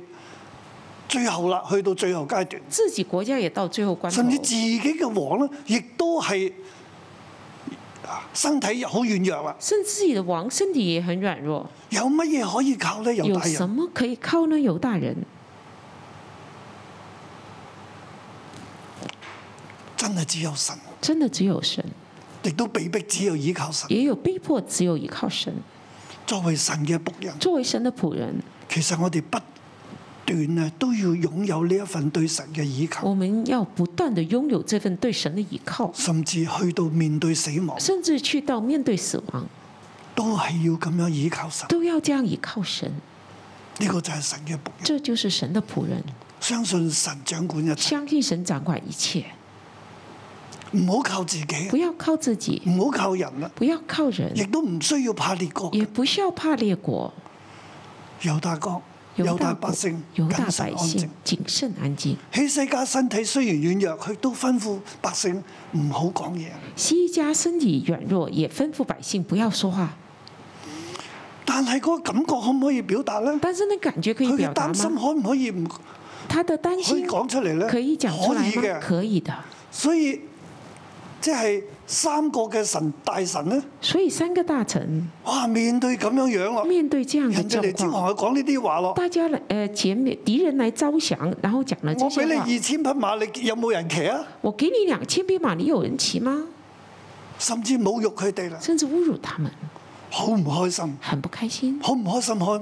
最後啦，去到最後階段，
自己国家也到最后关头
甚，至自己嘅王咧，亦都係啊身體好軟弱啦。
甚至自己的王身体也很软弱。
有乜嘢可以靠呢？猶
有
大
什
人
么可以靠呢？犹大人
真係只有神，
真的只有神，
亦都被逼只有依靠神。
也有被迫只有依靠神。
作為神嘅仆人。
作为神的仆人，
其實我哋不斷啊都要擁有呢一份對神嘅倚靠，
我们要不断的拥有这份对神的依靠，
甚至去到面對死亡，
甚至去到面对死亡，
都係要咁樣倚靠神。
都要这样依靠神。
呢、個就係神嘅仆人，
这就是神的仆人，
相信神掌管一切，
相信神掌管一切，
唔好靠自己啊
不，要靠自己，
唔好靠人啦，
不要靠人
亦，都唔需要怕列國。
也不需嗯要怕列国、
猶大國、猶
犹大
大
国
百姓、
犹大
謹慎
百
安靜
姓。谨慎安静。
希西家身體雖然軟弱，佢都吩咐百姓唔好講嘢。
西家身体软弱，也吩咐百姓不要说话。
但係嗰個感覺可唔可以表達呢？
但是那感觉可以
佢
表
嘅
達
擔心
吗？
可唔可以唔
他的担
可以
心
講出嚟呢？
可以讲出来
可以
吗？
嘅。
可以的。
所以即係三個嘅神大神咧，
所以三个大臣
哇！面對咁樣樣咯，
面对这样的
人哋
状
嚟之
况，
王去講呢啲話咯，
大家来呃前面敌人来招降，然后讲了这
我俾
些
你
话。
二千匹馬，你有冇人騎啊？
我给你两千匹马，你有人骑吗？
甚至侮辱佢哋啦，
甚至侮辱他们，
好唔開心，
很不开心，
好唔開心開，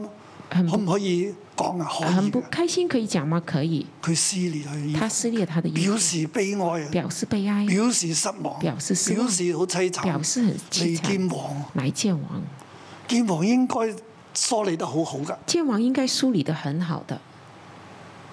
很
可
不
唔可以講啊？可
很
以
不
嘅，
开心，可以讲吗？可以。
佢撕裂佢衣服
他，撕裂他的衣
表
服，
示悲哀啊，
表示悲哀，
表示失望，
表
表
示
示
失望
好凄
表
慘。
示很
你
凄惨。
見王，
来见王，
見王應該梳理得好好㗎，
见王应该梳理的很好的。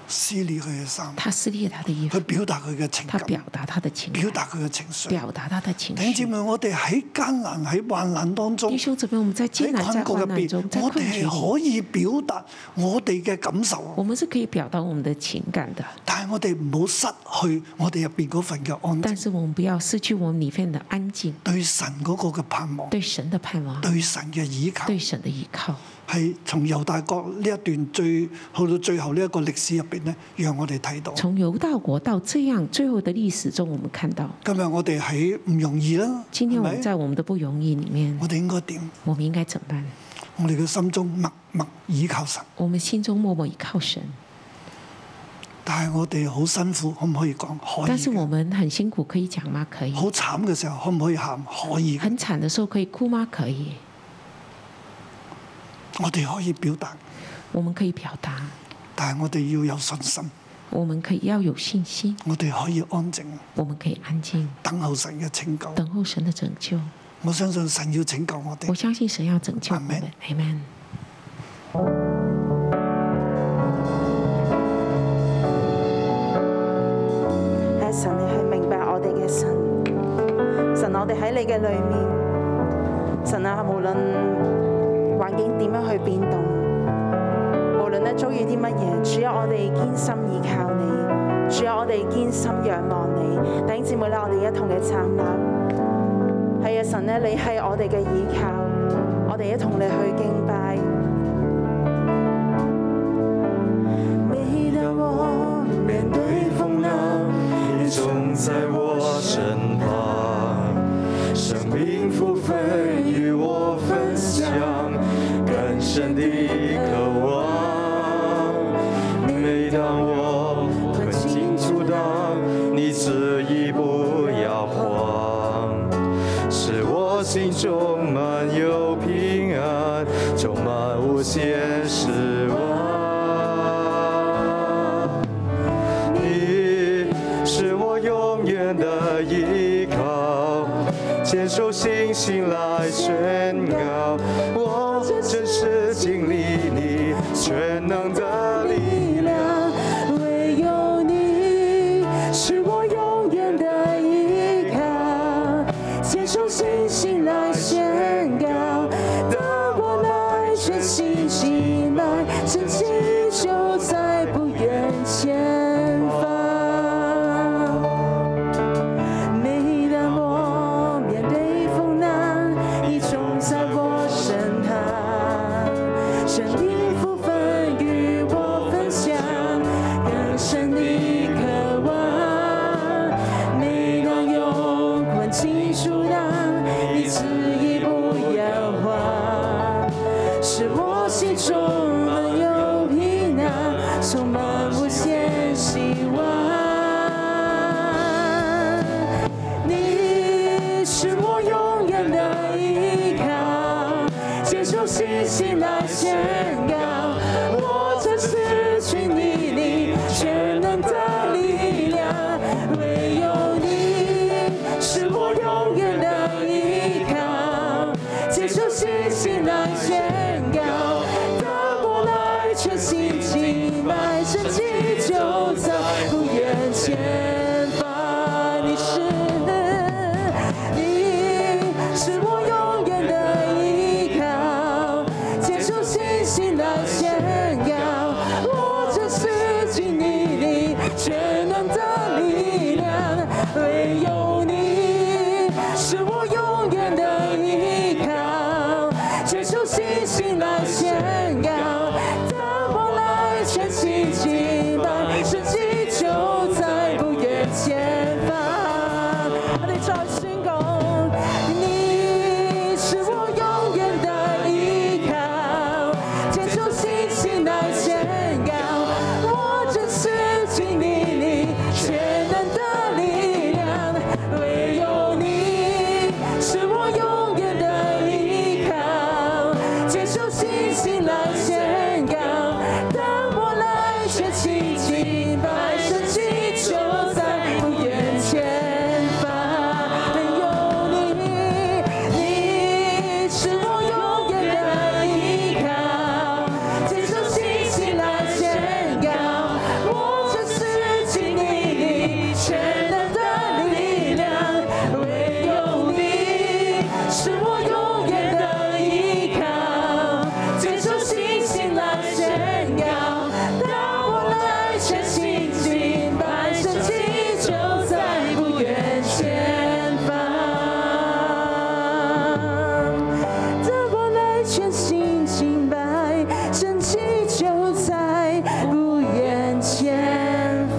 撕裂佢嘅衫，
他撕裂他的衣服
去，表達佢嘅情
他
感，
表达他的情
表
感，
達佢嘅情緒。
表达他的情
弟兄姊
绪。
妹，我哋喺艱難、喺患難當中
弟，兄姊妹，我们在艰
喺
难、在
困
患
局入
难中，在
邊，我
困局
哋
里，
係可以表達我哋嘅感受，
我们是可以表达我们的情感的，
但係我哋唔好失去我哋入邊嗰份嘅安
但
靜，
是我们不要失去我们里面的安静，
對神嗰個嘅盼望，
对神的盼望，
對神嘅倚靠，
对神的依靠。
係從猶大國呢一段最去到最後呢一個歷史入邊咧，讓我哋睇到。
从犹大国到这样最后的历史中，我们看到，
今日我哋喺唔容易啦，
今天我
係
们
咪
在我们的不容易里面，
我哋應該點？
我们应该怎么办？
我哋嘅心中默默倚靠神，
我们心中默默依靠神，
但係我哋好辛苦，可唔可以講？可以
但是
嘅。
我們很辛苦，可以講嗎？可以。
好慘嘅時候，可唔可以喊？可以嘅，
很慘的時候可以哭嗎？可以。
我哋可以表達，
我們可以表達，
但係我哋要有信心，
我們可以要有信心，
我哋可以安靜，
我們可以安靜，
等候神嘅拯救。
等候神的拯救。
我相信神要拯救我哋
我。相信神要拯救我們。Amen。
係神，你係明白我哋嘅神，神我哋喺你嘅裏面，神啊，無論環境點樣去變動，無論咧遭遇啲乜嘢，主啊，我哋堅心倚靠你，主啊，我哋哋堅心仰望你。弟兄姊妹咧，我哋一同嘅站立。係啊，神咧，你係我哋嘅依靠，我哋一同你去敬拜。
每当我面对风浪，你总在我身旁，生命福分与我分享，更深的渴望。每当我困境阻挡，你执意不要慌。使我心中满有平安，充满无限失望。你是我永远的依靠，坚守信心来宣告，我真实经历你全能的力量。唯有你是我永远的依靠，接受信心来宣告，当我来全心信赖，神迹就在不远前方。每当我面对风浪，你总在我身旁，神的福分与我分享，更深的渴望。每当有困境阻挡，你执意不要慌，使我心中满有平安，充满无限希望。你是我永远的依靠，接受信心来宣告，我曾失去你，你全能的力量，唯有你是我永远的依靠，接受信心来宣告，当我来全心敬拜，神迹就在不远前方，你是。你是我永远的依靠，接受信心来宣告，我这失去你你全能的力量，唯有你是我永远的依靠，接受信心来宣告，当我来全心敬拜，神迹就在不远前方。我哋再宣告，你是我永远的依靠，接受信心来宣告，我只是经历你全能的力量，唯有你是我永远的依靠，接受信心来宣告，当我来学习敬拜神迹就在不远前方，有你，你是我永远的依靠，接受信心来宣告，我这是经历你全能的力量，唯有你是我永远的依靠，接受信心来宣告，当我来全心敬拜神迹就在不远前方。当我来全心敬拜神迹就在不远前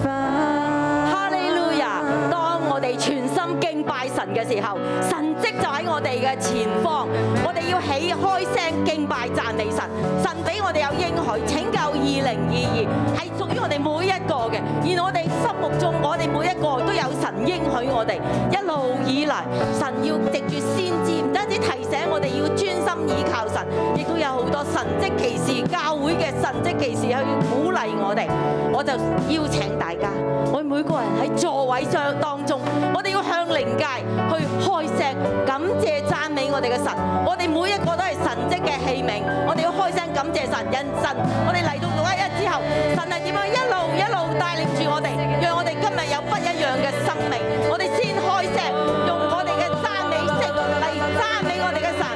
方。
哈利路亞！當我哋全心敬拜神嘅時候，神蹟就喺我哋嘅前方。我哋要起開聲敬拜讚美神。神俾我哋有應許，拯救二零二二係屬於我哋每一個嘅。而我哋心目中，我哋每一個都有神應許我哋一路以嚟，神要藉住先知，唔單止提醒我哋要專心倚靠神，亦都有好多神蹟奇事、教會嘅神蹟奇事去鼓勵我哋。我就邀請大家。我哋每個人喺座位上當中，我哋要向靈界去開聲，感謝讚美我哋嘅神。我哋每一個都係神蹟嘅器皿，我哋要開聲感謝神。人神，我哋嚟到六一一之後，神係點樣一路一路帶領住我哋，讓我哋今日有不一樣嘅生命。我哋先開聲，用我哋嘅讚美聲嚟讚美我哋嘅神。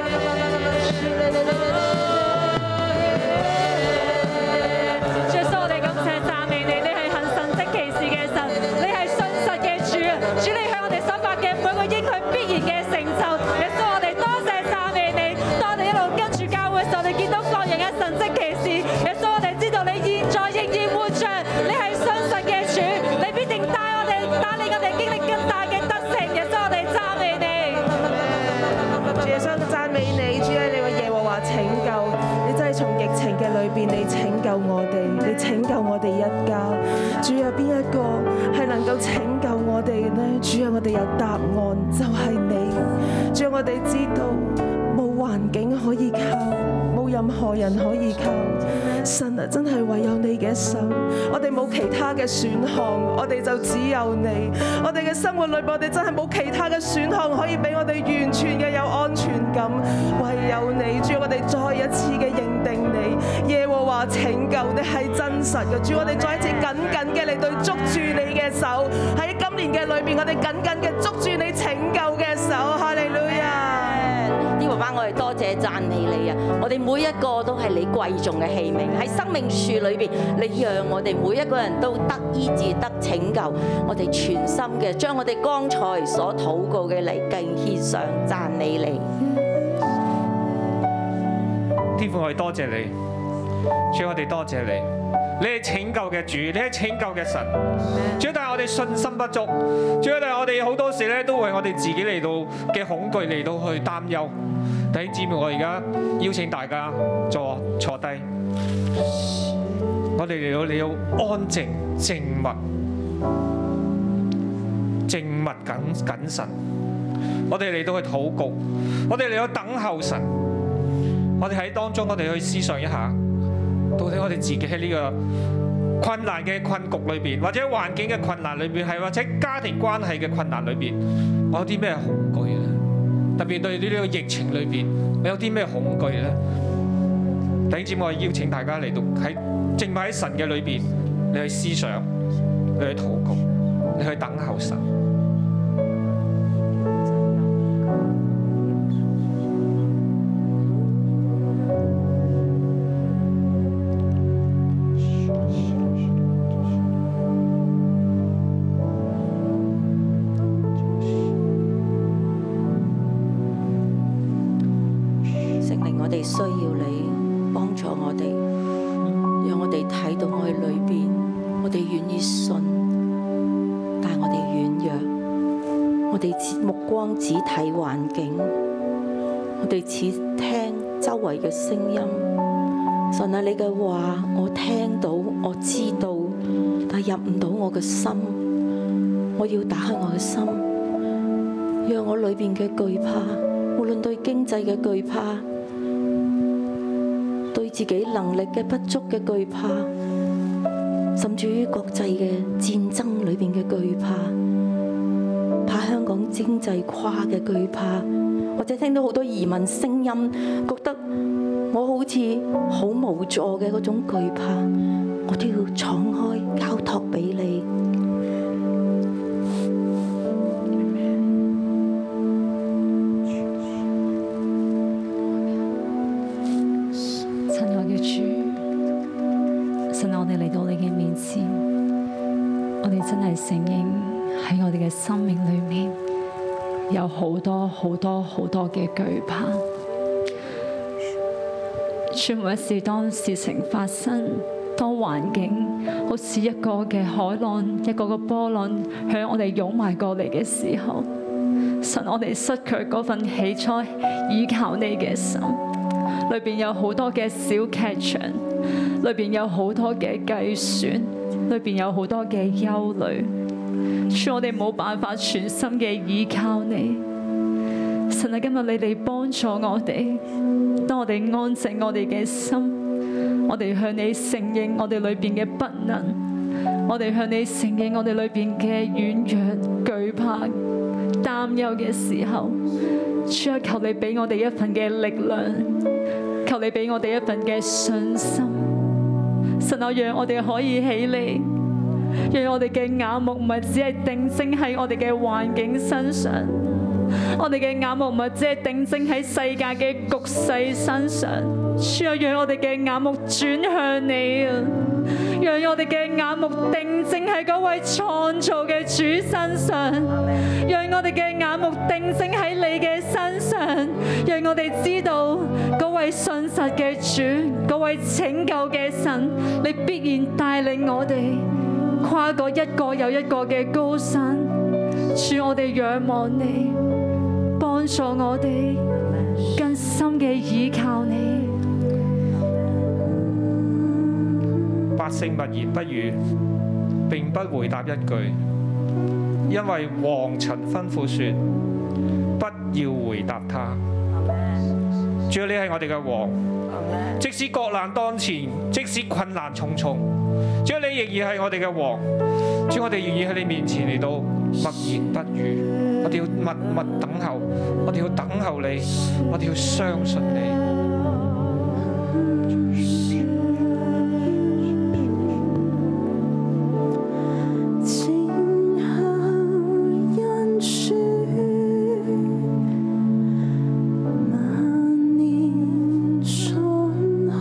主耶穌，我哋感謝讚美你，你係行神蹟奇事嘅神，你係
救我哋，你拯救我哋一家。主有邊一個係能夠拯救我哋呢？主啊，我哋有答案，就係、你。主啊，我哋知道冇環境可以靠，冇任何人可以靠。神啊，真係唯有你嘅手，我哋冇其他嘅選項，我哋就只有你。我哋嘅生活裏邊，我哋真係冇其他嘅選項可以俾我哋完全嘅有安全感，唯有你。主，我哋再一次嘅認定你，耶和華拯救你係真實嘅。主，我哋再一次緊緊嘅嚟對捉住你嘅手，喺今年嘅裏邊，我哋緊緊嘅捉住你拯救嘅手，哈利路亞。
天父爸，我哋多謝讚美你啊！我哋每一個都係你貴重嘅器皿，喺生命樹裏邊，你讓我哋每一個人都得醫治、得拯救。我哋全心嘅將我哋剛才所禱告嘅嚟敬獻上，讚美你。
天父，我哋多謝你，主我哋多謝你，你係拯救嘅主，你係拯救嘅神。主但係我哋信心不足，主但係我哋好多時咧都為我哋自己嚟到嘅恐懼嚟到去擔憂。弟兄姊妹，我而家邀請大家坐坐低，我哋嚟到你要安靜、靜默、靜默謹謹慎。我哋嚟到去禱告，我哋嚟到等候神。我哋喺當中，我哋去思想一下，到底我哋自己喺呢個困難嘅困局裏邊，或者環境嘅困難裏邊，係或者家庭關係嘅困難裏邊，我有啲咩恐懼咧？特別對呢個疫情裏邊，我有啲咩恐懼咧？弟兄姊妹，我邀請大家嚟到喺靜默喺神嘅裏邊，你去思想，你去禱告，你去等候神。
聖靈，我哋需要你幫助我哋，讓我哋睇到我哋裏邊，我哋願意信，但係我哋軟弱，我哋只目光只睇環境，我哋只聽周圍嘅聲音。神啊，你嘅話我聽到，我知道，但係入唔到我嘅心。我要打開我嘅心，讓我裏邊嘅懼怕，無論對經濟嘅懼怕。對自己能力嘅不足嘅懼怕，甚至於國際嘅戰爭裏邊嘅懼怕，怕香港經濟垮嘅懼怕，或者聽到好多移民聲音，覺得我好似好無助嘅嗰種懼怕，我都要敞開交託俾你。
親愛嘅主，神啊，我哋嚟到你嘅面前，我哋真係承認喺我哋嘅生命裏面有好多好多好多嘅懼怕。主每一次當事情發生，當環境好似一個嘅海浪、一個個波浪向我哋湧埋過嚟嘅時候，神，我哋失去嗰份起初依靠你嘅心。裏邊有好多嘅小劇場，裏邊有好多嘅計算，裏邊有好多嘅憂慮。主，我哋冇辦法全心嘅依靠你。神啊，今日你嚟幫助我哋，當我哋安靜我哋嘅心，我哋向你承認我哋裏邊嘅不能，我哋向你承認我哋裏邊嘅軟弱、懼怕、擔憂嘅時候，主啊，求你俾我哋一份嘅力量。求你俾我哋一份嘅信心，神啊，讓我哋可以起嚟，讓我哋嘅眼目唔係只係定睛喺我哋嘅環境身上，我哋嘅眼目唔係只係定睛喺世界嘅局勢身上，主啊，讓我哋嘅眼目轉向你啊！讓我哋嘅眼目定睛喺嗰位創造嘅主身上，讓我哋嘅眼目定睛喺你嘅身上，讓我哋知道嗰位信實嘅主，嗰位拯救嘅神，你必然帶領我哋跨過一個又一個嘅高山。主，我哋仰望你，幫助我哋更深嘅倚靠你。
性勿言不語，並不回答一句，因為王曾吩咐說：不要回答他。主啊，你係我哋嘅王，即使國難當前，即使困難重重，主啊，你仍然係我哋嘅王。主，我哋願意喺你面前嚟到默言不語，我哋要默默等候，我哋要等候你，我哋要相信你。
今后人世，万年沧海，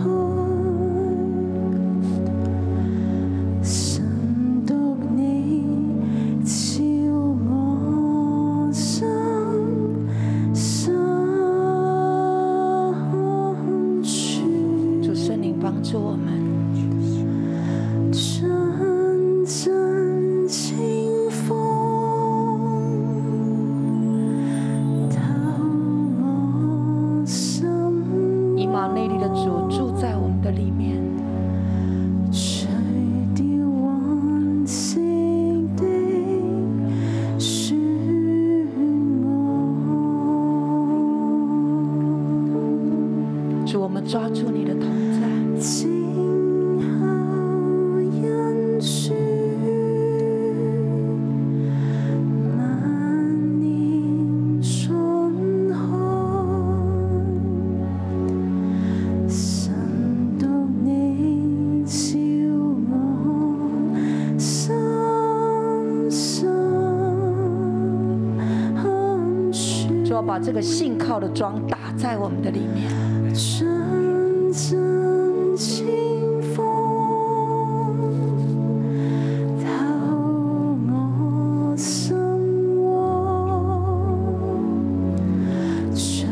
神独你照我心深处。
主圣灵帮助我们，
阵阵清风透我心，
以马内利的主住在我们的里面，
吹掉往昔的漩涡。
主我们抓住你的同在，
今后人世，万年春海，神独你照我心深处。
主啊要把这个信靠的桩打在我们的里面。
阵阵清风透我心窝，吹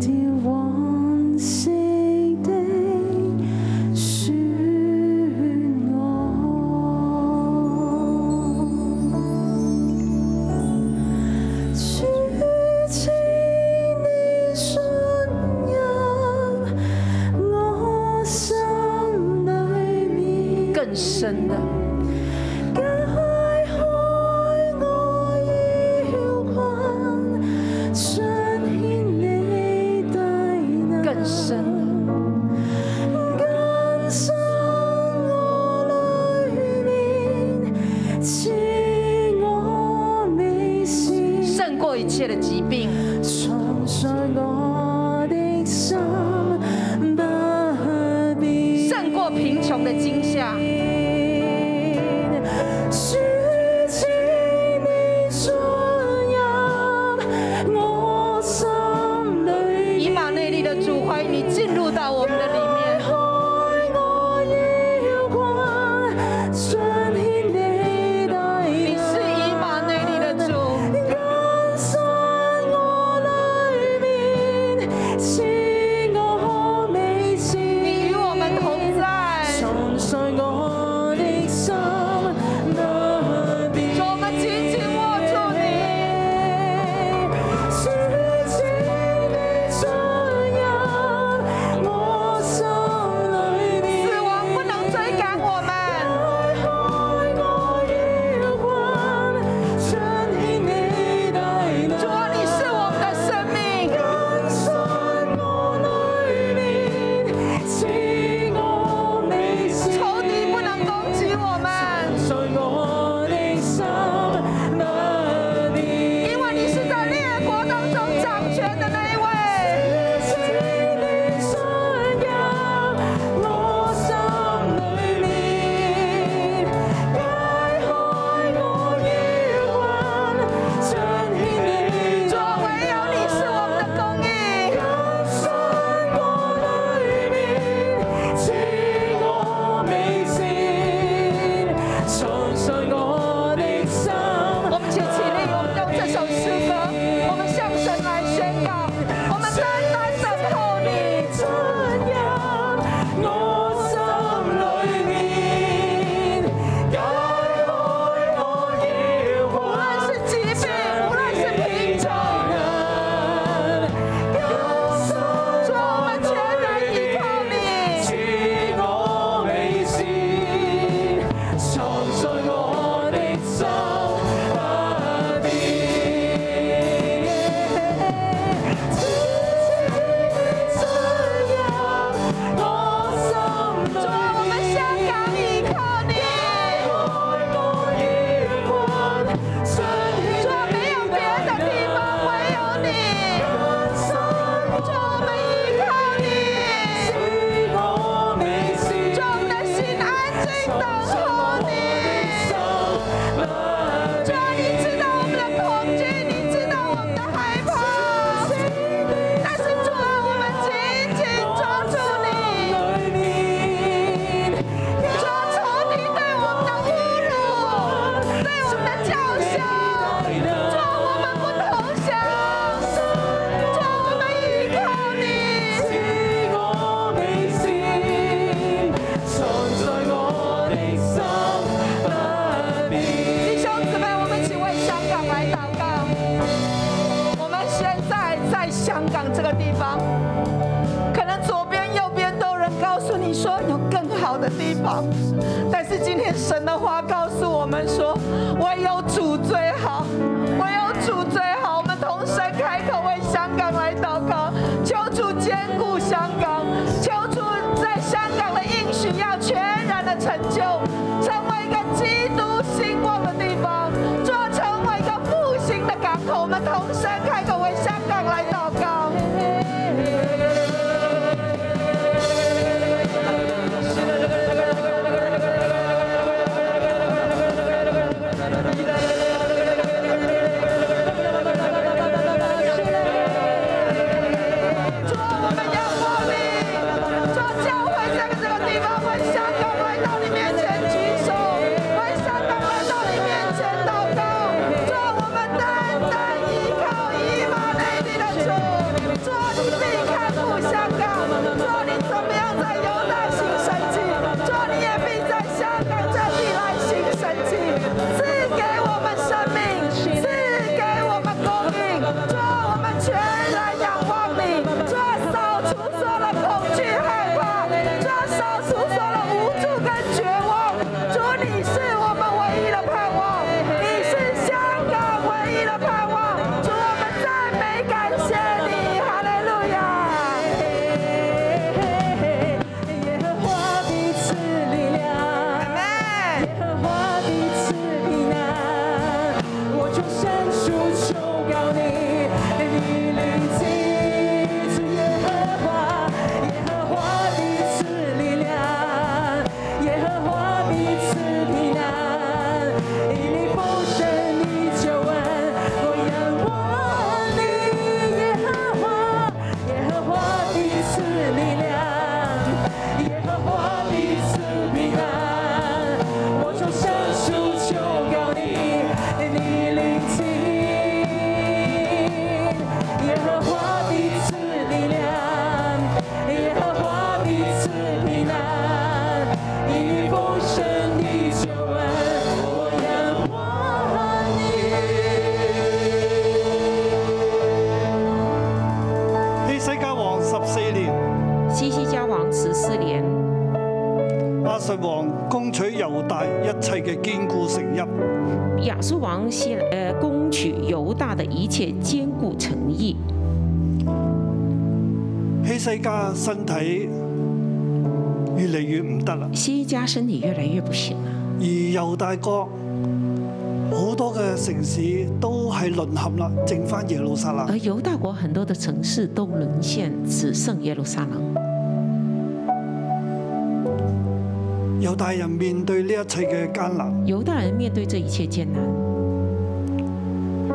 掉往昔的漩涡。主，请你信入我心里面。
更深的，
解開我腰困，彰顯你大能。
更深
更深我裏面，賜我微笑，
胜过一切的疾病，
藏在我的心不變。
胜过贫穷的惊吓。
主，请你進入我心裏，
以马内利的主，欢迎你进入到我们的里面
開。我腰關，彰顯你大
你是以
能。
马内利的主，
更深我裏面，啊啊啊啊啊啊啊啊地方。但是今天神的话告诉我们说，唯有主最好，唯有主最好。我们同声开口为香港来祷告，求主兼顾香港，求主在香港的应许要全然的成就，成为一个基督兴旺的地方，做成为一个复兴的港口。我们同声开口为香港来祷告。主，我们要破例，主教会在这个地方，为香港来到你面前举手，为香港来到你面前祷告。主，我们单单依靠以马内利的主，主你必看顾香港，主你怎么样在犹大行神迹，主你也必在香港这地来行神迹，赐给我们生命，赐给我们供应，主我们全然仰望你，主扫除所有的恐惧害怕，主扫除所有的无助跟绝望，主你是我们唯一的盼望，你是香港唯一的盼望，主我们赞美感谢你，哈利路亚。耶和华必赐力量，耶和华必赐平安。我就伸出求告你，你立即赐耶和华，耶和华必赐力量，耶和华必赐平安。因你丰盛你救恩，我仰望你，耶和华，耶和华必赐力量。耶和华必赐平安，我从山处求告你，你聆听。耶和华必赐力量，耶和华必赐平安，以丰盛的救恩，我仰望你。
希西家王十四年，
西西家王十四年，
亞述王攻取猶大一切嘅堅固城邑。
亚述王希呃攻取犹大的一切坚固城邑。
希西家身體越嚟越唔得啦，
西西家身体越来越不行了，
而猶大國好多嘅城市都係淪陷啦，剩翻耶路撒冷。
而犹大国很多的城市都沦陷，只剩耶路撒冷。
猶大人面對呢一切嘅艱難，
犹大人面对这一切艰难，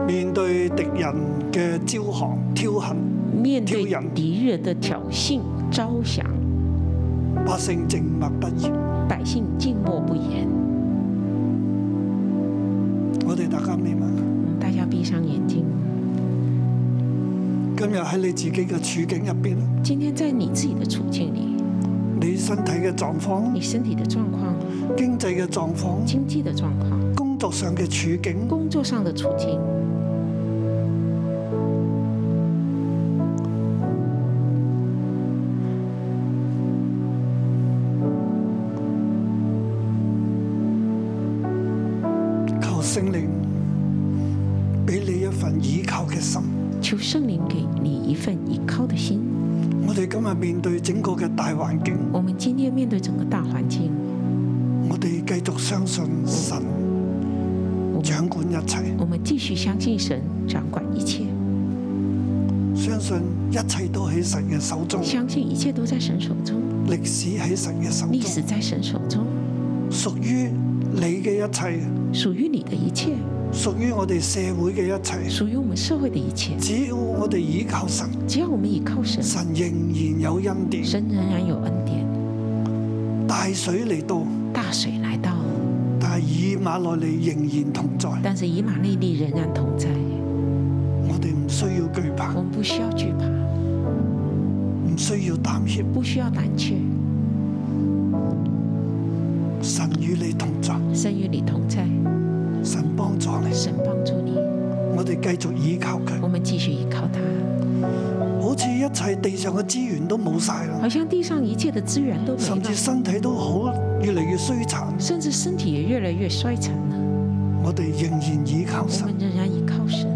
面對敵人嘅招降挑釁，
面对
挑衅
敌人的挑衅、招降，
百姓靜默不言。
百姓静默不言。
我哋大家明
我
白。
们嗯大家闭上眼睛，
今日喺你自己嘅處境入邊，
今天在你自己的处境里，
你身體嘅狀況、
你身体的状况、
經濟嘅狀況、
经济的状况、
工作上嘅處境，
工作上的处境，
求聖靈俾你一份倚靠嘅心。
求圣灵给你一份依靠的心。
我哋今日面對整個嘅大環境，
我们今天面对整个大环境，
我哋繼續相信神掌管一切，
我们继续相信神掌管一切，
相信一切都喺神嘅手中，
相信一切都在神手中，
歷史喺神嘅手
历史
中，
在神手中，
屬於你嘅一切，
属于你的一切，
屬於我哋社會嘅一切。
属于我们社会的一切。
只要我哋倚靠神，
只要我们倚靠神，
神仍然有恩典。
嗯神仍然有恩典。
大水嚟到，
大水来到，
但係以馬內利仍然同在。
但是以马内利仍然同在，
我哋唔需要懼怕
我，们不需要惧怕，
唔需要膽怯，
不需要胆怯，
神與你同在，
神与你同在，
神幫助你。
神帮助你，
我哋繼續倚靠佢，
我们继续依靠他。
好似一切地上嘅資源都冇晒啦，
好像地上一切的资源都没
甚
了
至，身體都好越嚟越衰殘，
甚至身体也越来越衰残了。
我哋仍然倚靠
我
神，
们仍然依靠神，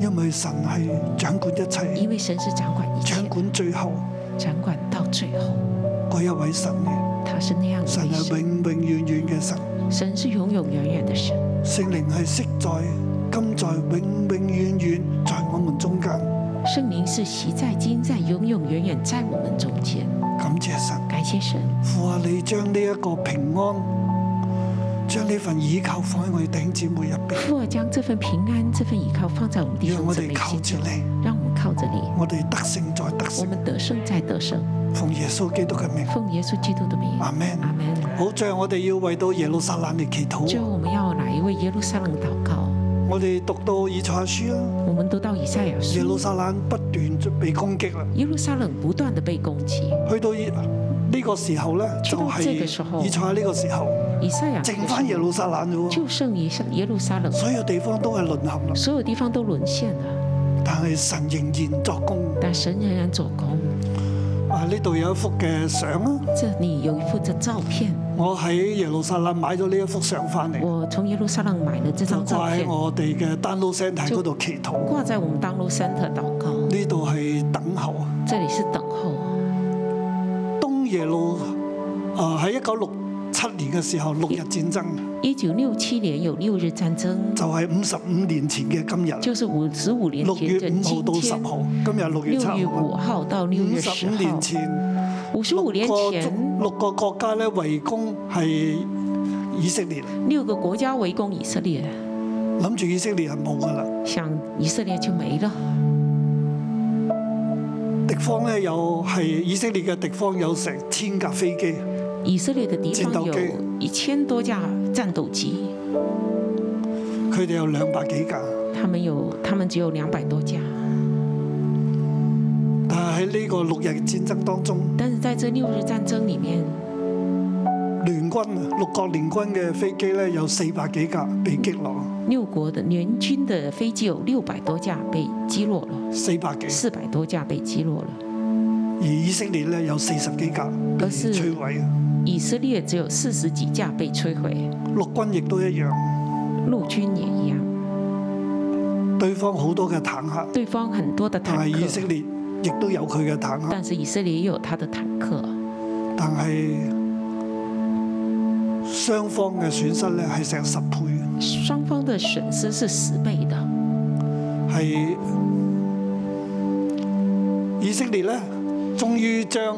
因為神係掌管一切，
因为神是掌管一切
掌，嗯管最後
掌管到最后，
嗰一位神嘅，
他是那样的
神
为
係
神，
永永遠遠嘅神，
神是永永远远的神，
聖靈係昔在、今在、永永遠遠在我們中間，
圣灵是习在、今在、永永远远在我们中间。
感謝神。
感谢神，
父啊，你將呢一個平安，將呢份倚靠放喺我哋弟兄姊妹入邊，
父啊，將這份平安、這份依靠放在我們弟
讓
兄
我
姊
哋
妹
靠
心
住
中，
你，
让我們靠着你，
我哋得勝再得
我
勝，
們得勝再得勝。
奉耶穌基督嘅名，
奉耶穌基督的名，
阿門。
阿門。
好，最後我哋要為到耶路撒冷嚟祈
最後，
禱。
我們要哪一位耶路撒冷禱告？
我哋讀到以賽亞書啦，
我們讀到以賽亞
耶路
書，
撒冷不斷被攻擊啦。
耶路撒冷不斷的被攻擊。
去到以呢個時候咧，
去
就
到
係
這個時候
以賽亞呢個時候，
以賽亞這
剩
個
翻耶
時
路
候
撒冷啫
就
喎。
剩以上耶路撒冷，
所有地方都係淪陷啦，
所有地方都淪陷了，
但係神仍然作工。
但神仍然做工。
啊，呢度有一幅嘅相啦，
這裡有一幅這照片，
我喺耶路撒冷買咗呢一幅相翻嚟，
我從耶路撒冷買了這
就
張照
掛喺
片，
我哋嘅 download center 嗰度祈禱。
掛在我們當路山的禱告。
呢度係等候啊。
這裡是等候。
東耶路啊喺一九六七年嘅時候，六日戰爭
一九六七年有六日戰爭，
就係五十五年前嘅今日，
就是五十五年
六
前
月
的
五號
今
到十
天，
號，今日六月七
六月五
號，啊
號到六
五
月
十
十
五
號
年，前，
五十
六
五年
個
前，
六個國家咧圍攻係以色列，
六個國家圍攻以色列，
諗住以色列係冇噶啦，
想以色列就沒了。
敵方咧有係以色列嘅敵方有成千架飛機，
以色列的敵
戰
方
鬥
有
機
一千多架戰鬥機，
佢哋有兩百幾架，
他們有，他們只有兩百多架。
但係喺呢個六日戰爭當中，
但是在這六日戰爭裡面，
聯軍啊六國聯軍嘅飛機咧有四百幾架被擊落，
六國的聯軍的飛機有六百多架被擊落了，
四百幾。
四百多架被擊落了，
而以色列咧有四十幾架被
而是
摧毀，
以色列只有四十幾架被摧毀。
陸軍亦都一樣，
陆军也一样，
對方好多嘅坦克，
对方很多的
但係
坦
啊以色
克，
列啊亦都有佢嘅坦克，
但是以色列也有他的坦克，
但係雙方嘅損失咧係成十倍嘅，
双方的损失是十倍的。
係以色列咧，終於將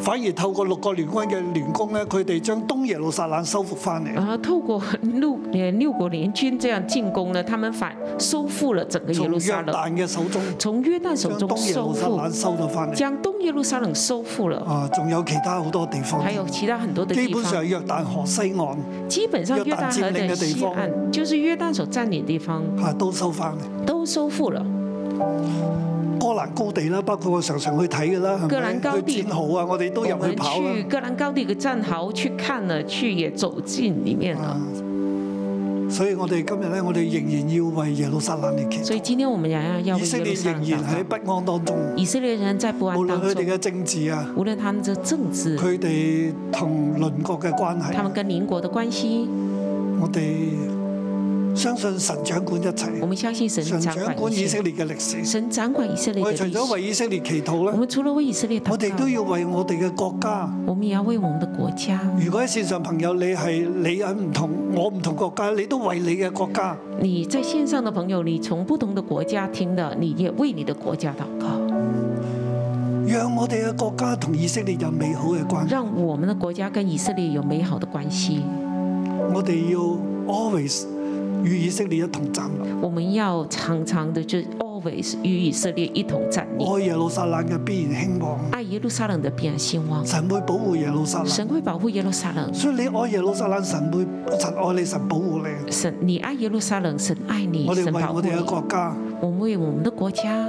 反而透過六個聯軍嘅聯攻咧，佢哋將東耶路撒冷收復翻嚟，
而透过六呃六国联军这样进攻呢，他们反收复了整个耶
從
路
約
撒冷，
旦嘅手中
从约旦手
將
中
東耶
收
路撒
复，
冷收咗翻嚟。
将东耶路撒冷收复了。
啊，仲有其他好多地方
还。有其他很多的
基
地
本上
方，
約旦河西岸
基本上
約
约
旦
旦
佔
河
領嘅
的
地
西
方
岸，就是约旦所占领的地方，
嚇都收翻嚟，
都收复了。
哥蘭高地啦，包括我常常去睇嘅啦，係
戈蘭高
咪？去
地
戰壕啊，我哋都
我
入去
们
跑
去
啦。
戈兰高地的战壕去看了，去也走进里面了
啊。所以我哋今日咧，我哋仍然要為耶路撒冷嚟
所
祈
以今天我们仍然要
禱。以
为
色
耶
列
路撒
仍
冷
然喺
祷
不安當中
告。，以色列人在不
無
安
論
当
佢哋
中，
嘅政治啊，
无论他们的政治，
佢哋同鄰國嘅關
他
係，
们跟邻国的关系，
我哋相信神掌管一
我
切，
们相信神
神
掌
掌
管
管以
一
色
切。
列嘅歷史。
神掌管以色列
我
的
哋除
历
咗為
史，
以色列祈禱
我
咧，
们除了为以色列祷
我哋都
告，
要為我哋嘅國家。
我们也要为我们的国家。
如果喺線上朋友，你係你喺唔同我唔同國家，你都為你嘅國家，
你在线上的朋友，你从不同的国家听的，你也为你的国家祷告，
讓我哋嘅國家同以色列有美好嘅關係。
让我们的国家跟以色列有美好的关系。
我哋要 always 與以色列一同站立，
我们要常常的就 always 与以色列一同站立，
愛耶路撒冷嘅必然興旺，
爱耶路撒冷的必然兴旺。
神會保護耶路撒冷。
神会保护耶路撒冷，
所以你愛耶路撒冷，神會神愛你，神保護你。
神你爱耶路撒冷，神爱你
我，哋
神
為
保护
我
你
哋嘅。國家
我们为我们的国家、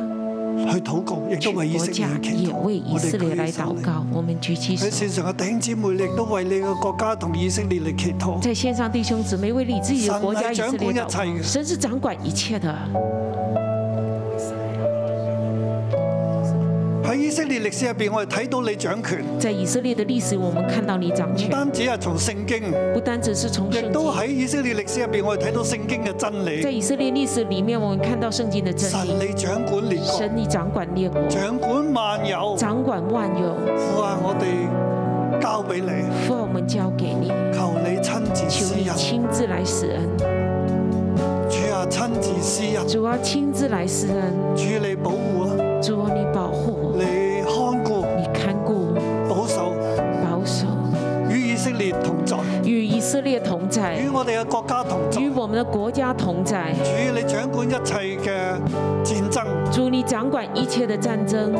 去禱告，亦都為以
国
色列
家
去祈
也
禱。
为以
我哋
色列来
舉起
祷
手嚟。
告。我们举起
喺
手
線，上嘅弟兄姊妹，你亦都為你嘅國家同以色列嚟祈禱。
在线上弟兄姊妹为你自己的国家以色列祷
神係掌管一切嘅
告。神是掌管一切的，
Hallelujah, Chúa, chúng con cảm ơn Ngài vì Ngài đã ban phước cho chúng con. Chúa, chúng con cảm ơn Ngài vì Ngài đã ban phước cho chúng con. Chúa, chúng con cảm ơn Ngài vì Ngài đã ban phước cho chúng con. Chúa, chúng con cảm ơn Ngài vì Ngài đã ban phước cho chúng con. Chúa, chúng con cảm ơn Ngài vì Ngài đã ban phước cho chúng con. Chúa, chúng con cảm ơn Ngài vì Ngài đã ban phước cho chúng con. Chúa, chúng con cảm ơn Ngài vì Ngài đã ban phước cho chúng con. Chúa, chúng con cảm ơn Ngài vì Ngài đã ban phước cho chúng con. Chúa, chúng con cảm ơn Ngài vì Ngài đã ban phước cho chúng con. Chúa, chúng con cảm ơn Ngài vì Ngài đã ban phước cho chúng con. Chúa, chúng con cảm ơn Ngài vì Ngài đã ban phước cho chúng con. Chúa, chúng con cảm ơn Ngài vì Ngài đã ban phước cho chúng con. Chúa, chúng con cảm ơn Ngài vì Ngài đã ban phước cho chúng con. Chúa, chúng con cảm ơn Ngài vì Ngài đã ban phước cho chúng con. Chúa, chúng con cảm ơn Ngài vì Ngài đã ban phước cho chúng con. Chúa, chúng con cảm 喺以色列歷史入邊，我哋睇到你掌權，
在以色列的歷史，我們看到你掌
唔
權，
單止係從聖經，
不單只是從聖
亦都
經，
喺以色列歷史入邊，我哋睇到聖經嘅真
在
理。
以色列歷史裡面，我們看到聖經的真
神
理。
你掌管列國，
神，你掌管列国，
掌管萬有，
掌管萬有，
父啊，我哋交俾你，
父啊，我們交給你，
求你親自
求
施
你
恩，
親自來施恩。
主啊，親自施恩，
主啊，親自來施恩，
主你保護啦，
主啊，你保護我，
你看顧
你看顧我，
保守，
保守，
與以色列同在，
與以色列同在
與，我哋嘅國家同在。
與我們的國家同在。
主，你掌管一切嘅戰爭，
主，你掌管一切的戰爭，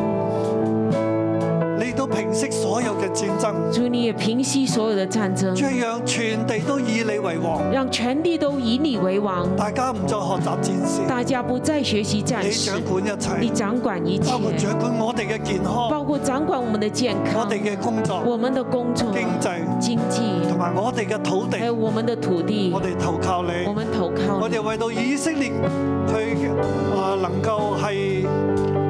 你都平息所有嘅戰爭，
主，你也平息所有的戰爭，
最讓全地都以你為王，
讓全地都以你為王。
大家唔再學習戰士，
大家不再學習戰
你
士，
掌管
你
一切，
掌管一切
包，括掌管我哋嘅健康、
包括掌管我們的健
我
康、
哋嘅工作、
我們的工作、
經濟
經濟
同，埋我哋嘅土
還有
地，
我們的土地
我。哋投靠你
我，們投靠
我
你
哋，為到以色列去啊能夠係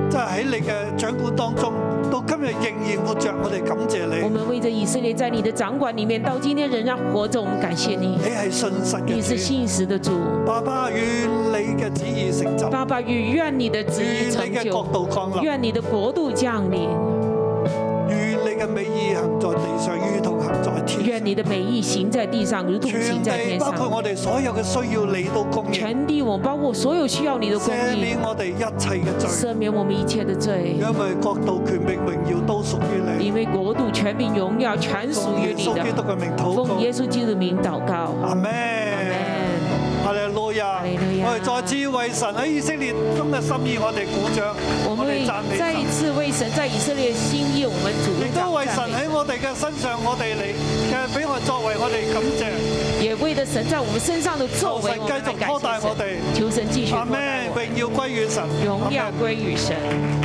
即係喺你嘅掌管當中，到今日仍然活着，我哋感謝
我
你，
們為着以色列在你的掌管裡面，到今天仍然活着，我们感謝你。
你係信實
你是
嘅主。
信實的主，
爸爸，願你嘅旨意成就，
爸爸願愿你的旨
願
意成
你嘅國
就，
度降臨，
愿你的國度降臨，
願你嘅美意行在地上，如同行在天
愿
上。
你的美意行在地上，如同行
全
在天
地包括
上。
我哋所有嘅需要，你都供應，
全地，我包括所有需要你的供
赦
應，
免我哋一切嘅罪，
赦免我們一切的罪，
因為國度、權柄、榮耀都屬於你。
因為國度、權柄、榮耀全屬
奉
於
耶
你
穌基督
的。
嘅名禱
奉耶
告，
穌基督的名禱告。
阿門。哈利路亞！
哈利路亞
我哋再次為神喺以色列中嘅心意，我哋鼓掌，
我
我
們
哋
會
讚美
再一
神，
次為神在以色列的心意，我們主
亦都為神
讚美
喺我哋嘅身上，我哋嚟嘅俾我作為我哋感謝。
也為了神在我們身上的作為，我
求神
们
繼續
来感
擴大
谢
我哋
神。求神继续
阿
扩
咩
大我们
榮耀歸於神。
荣
阿
耀
們
归于神。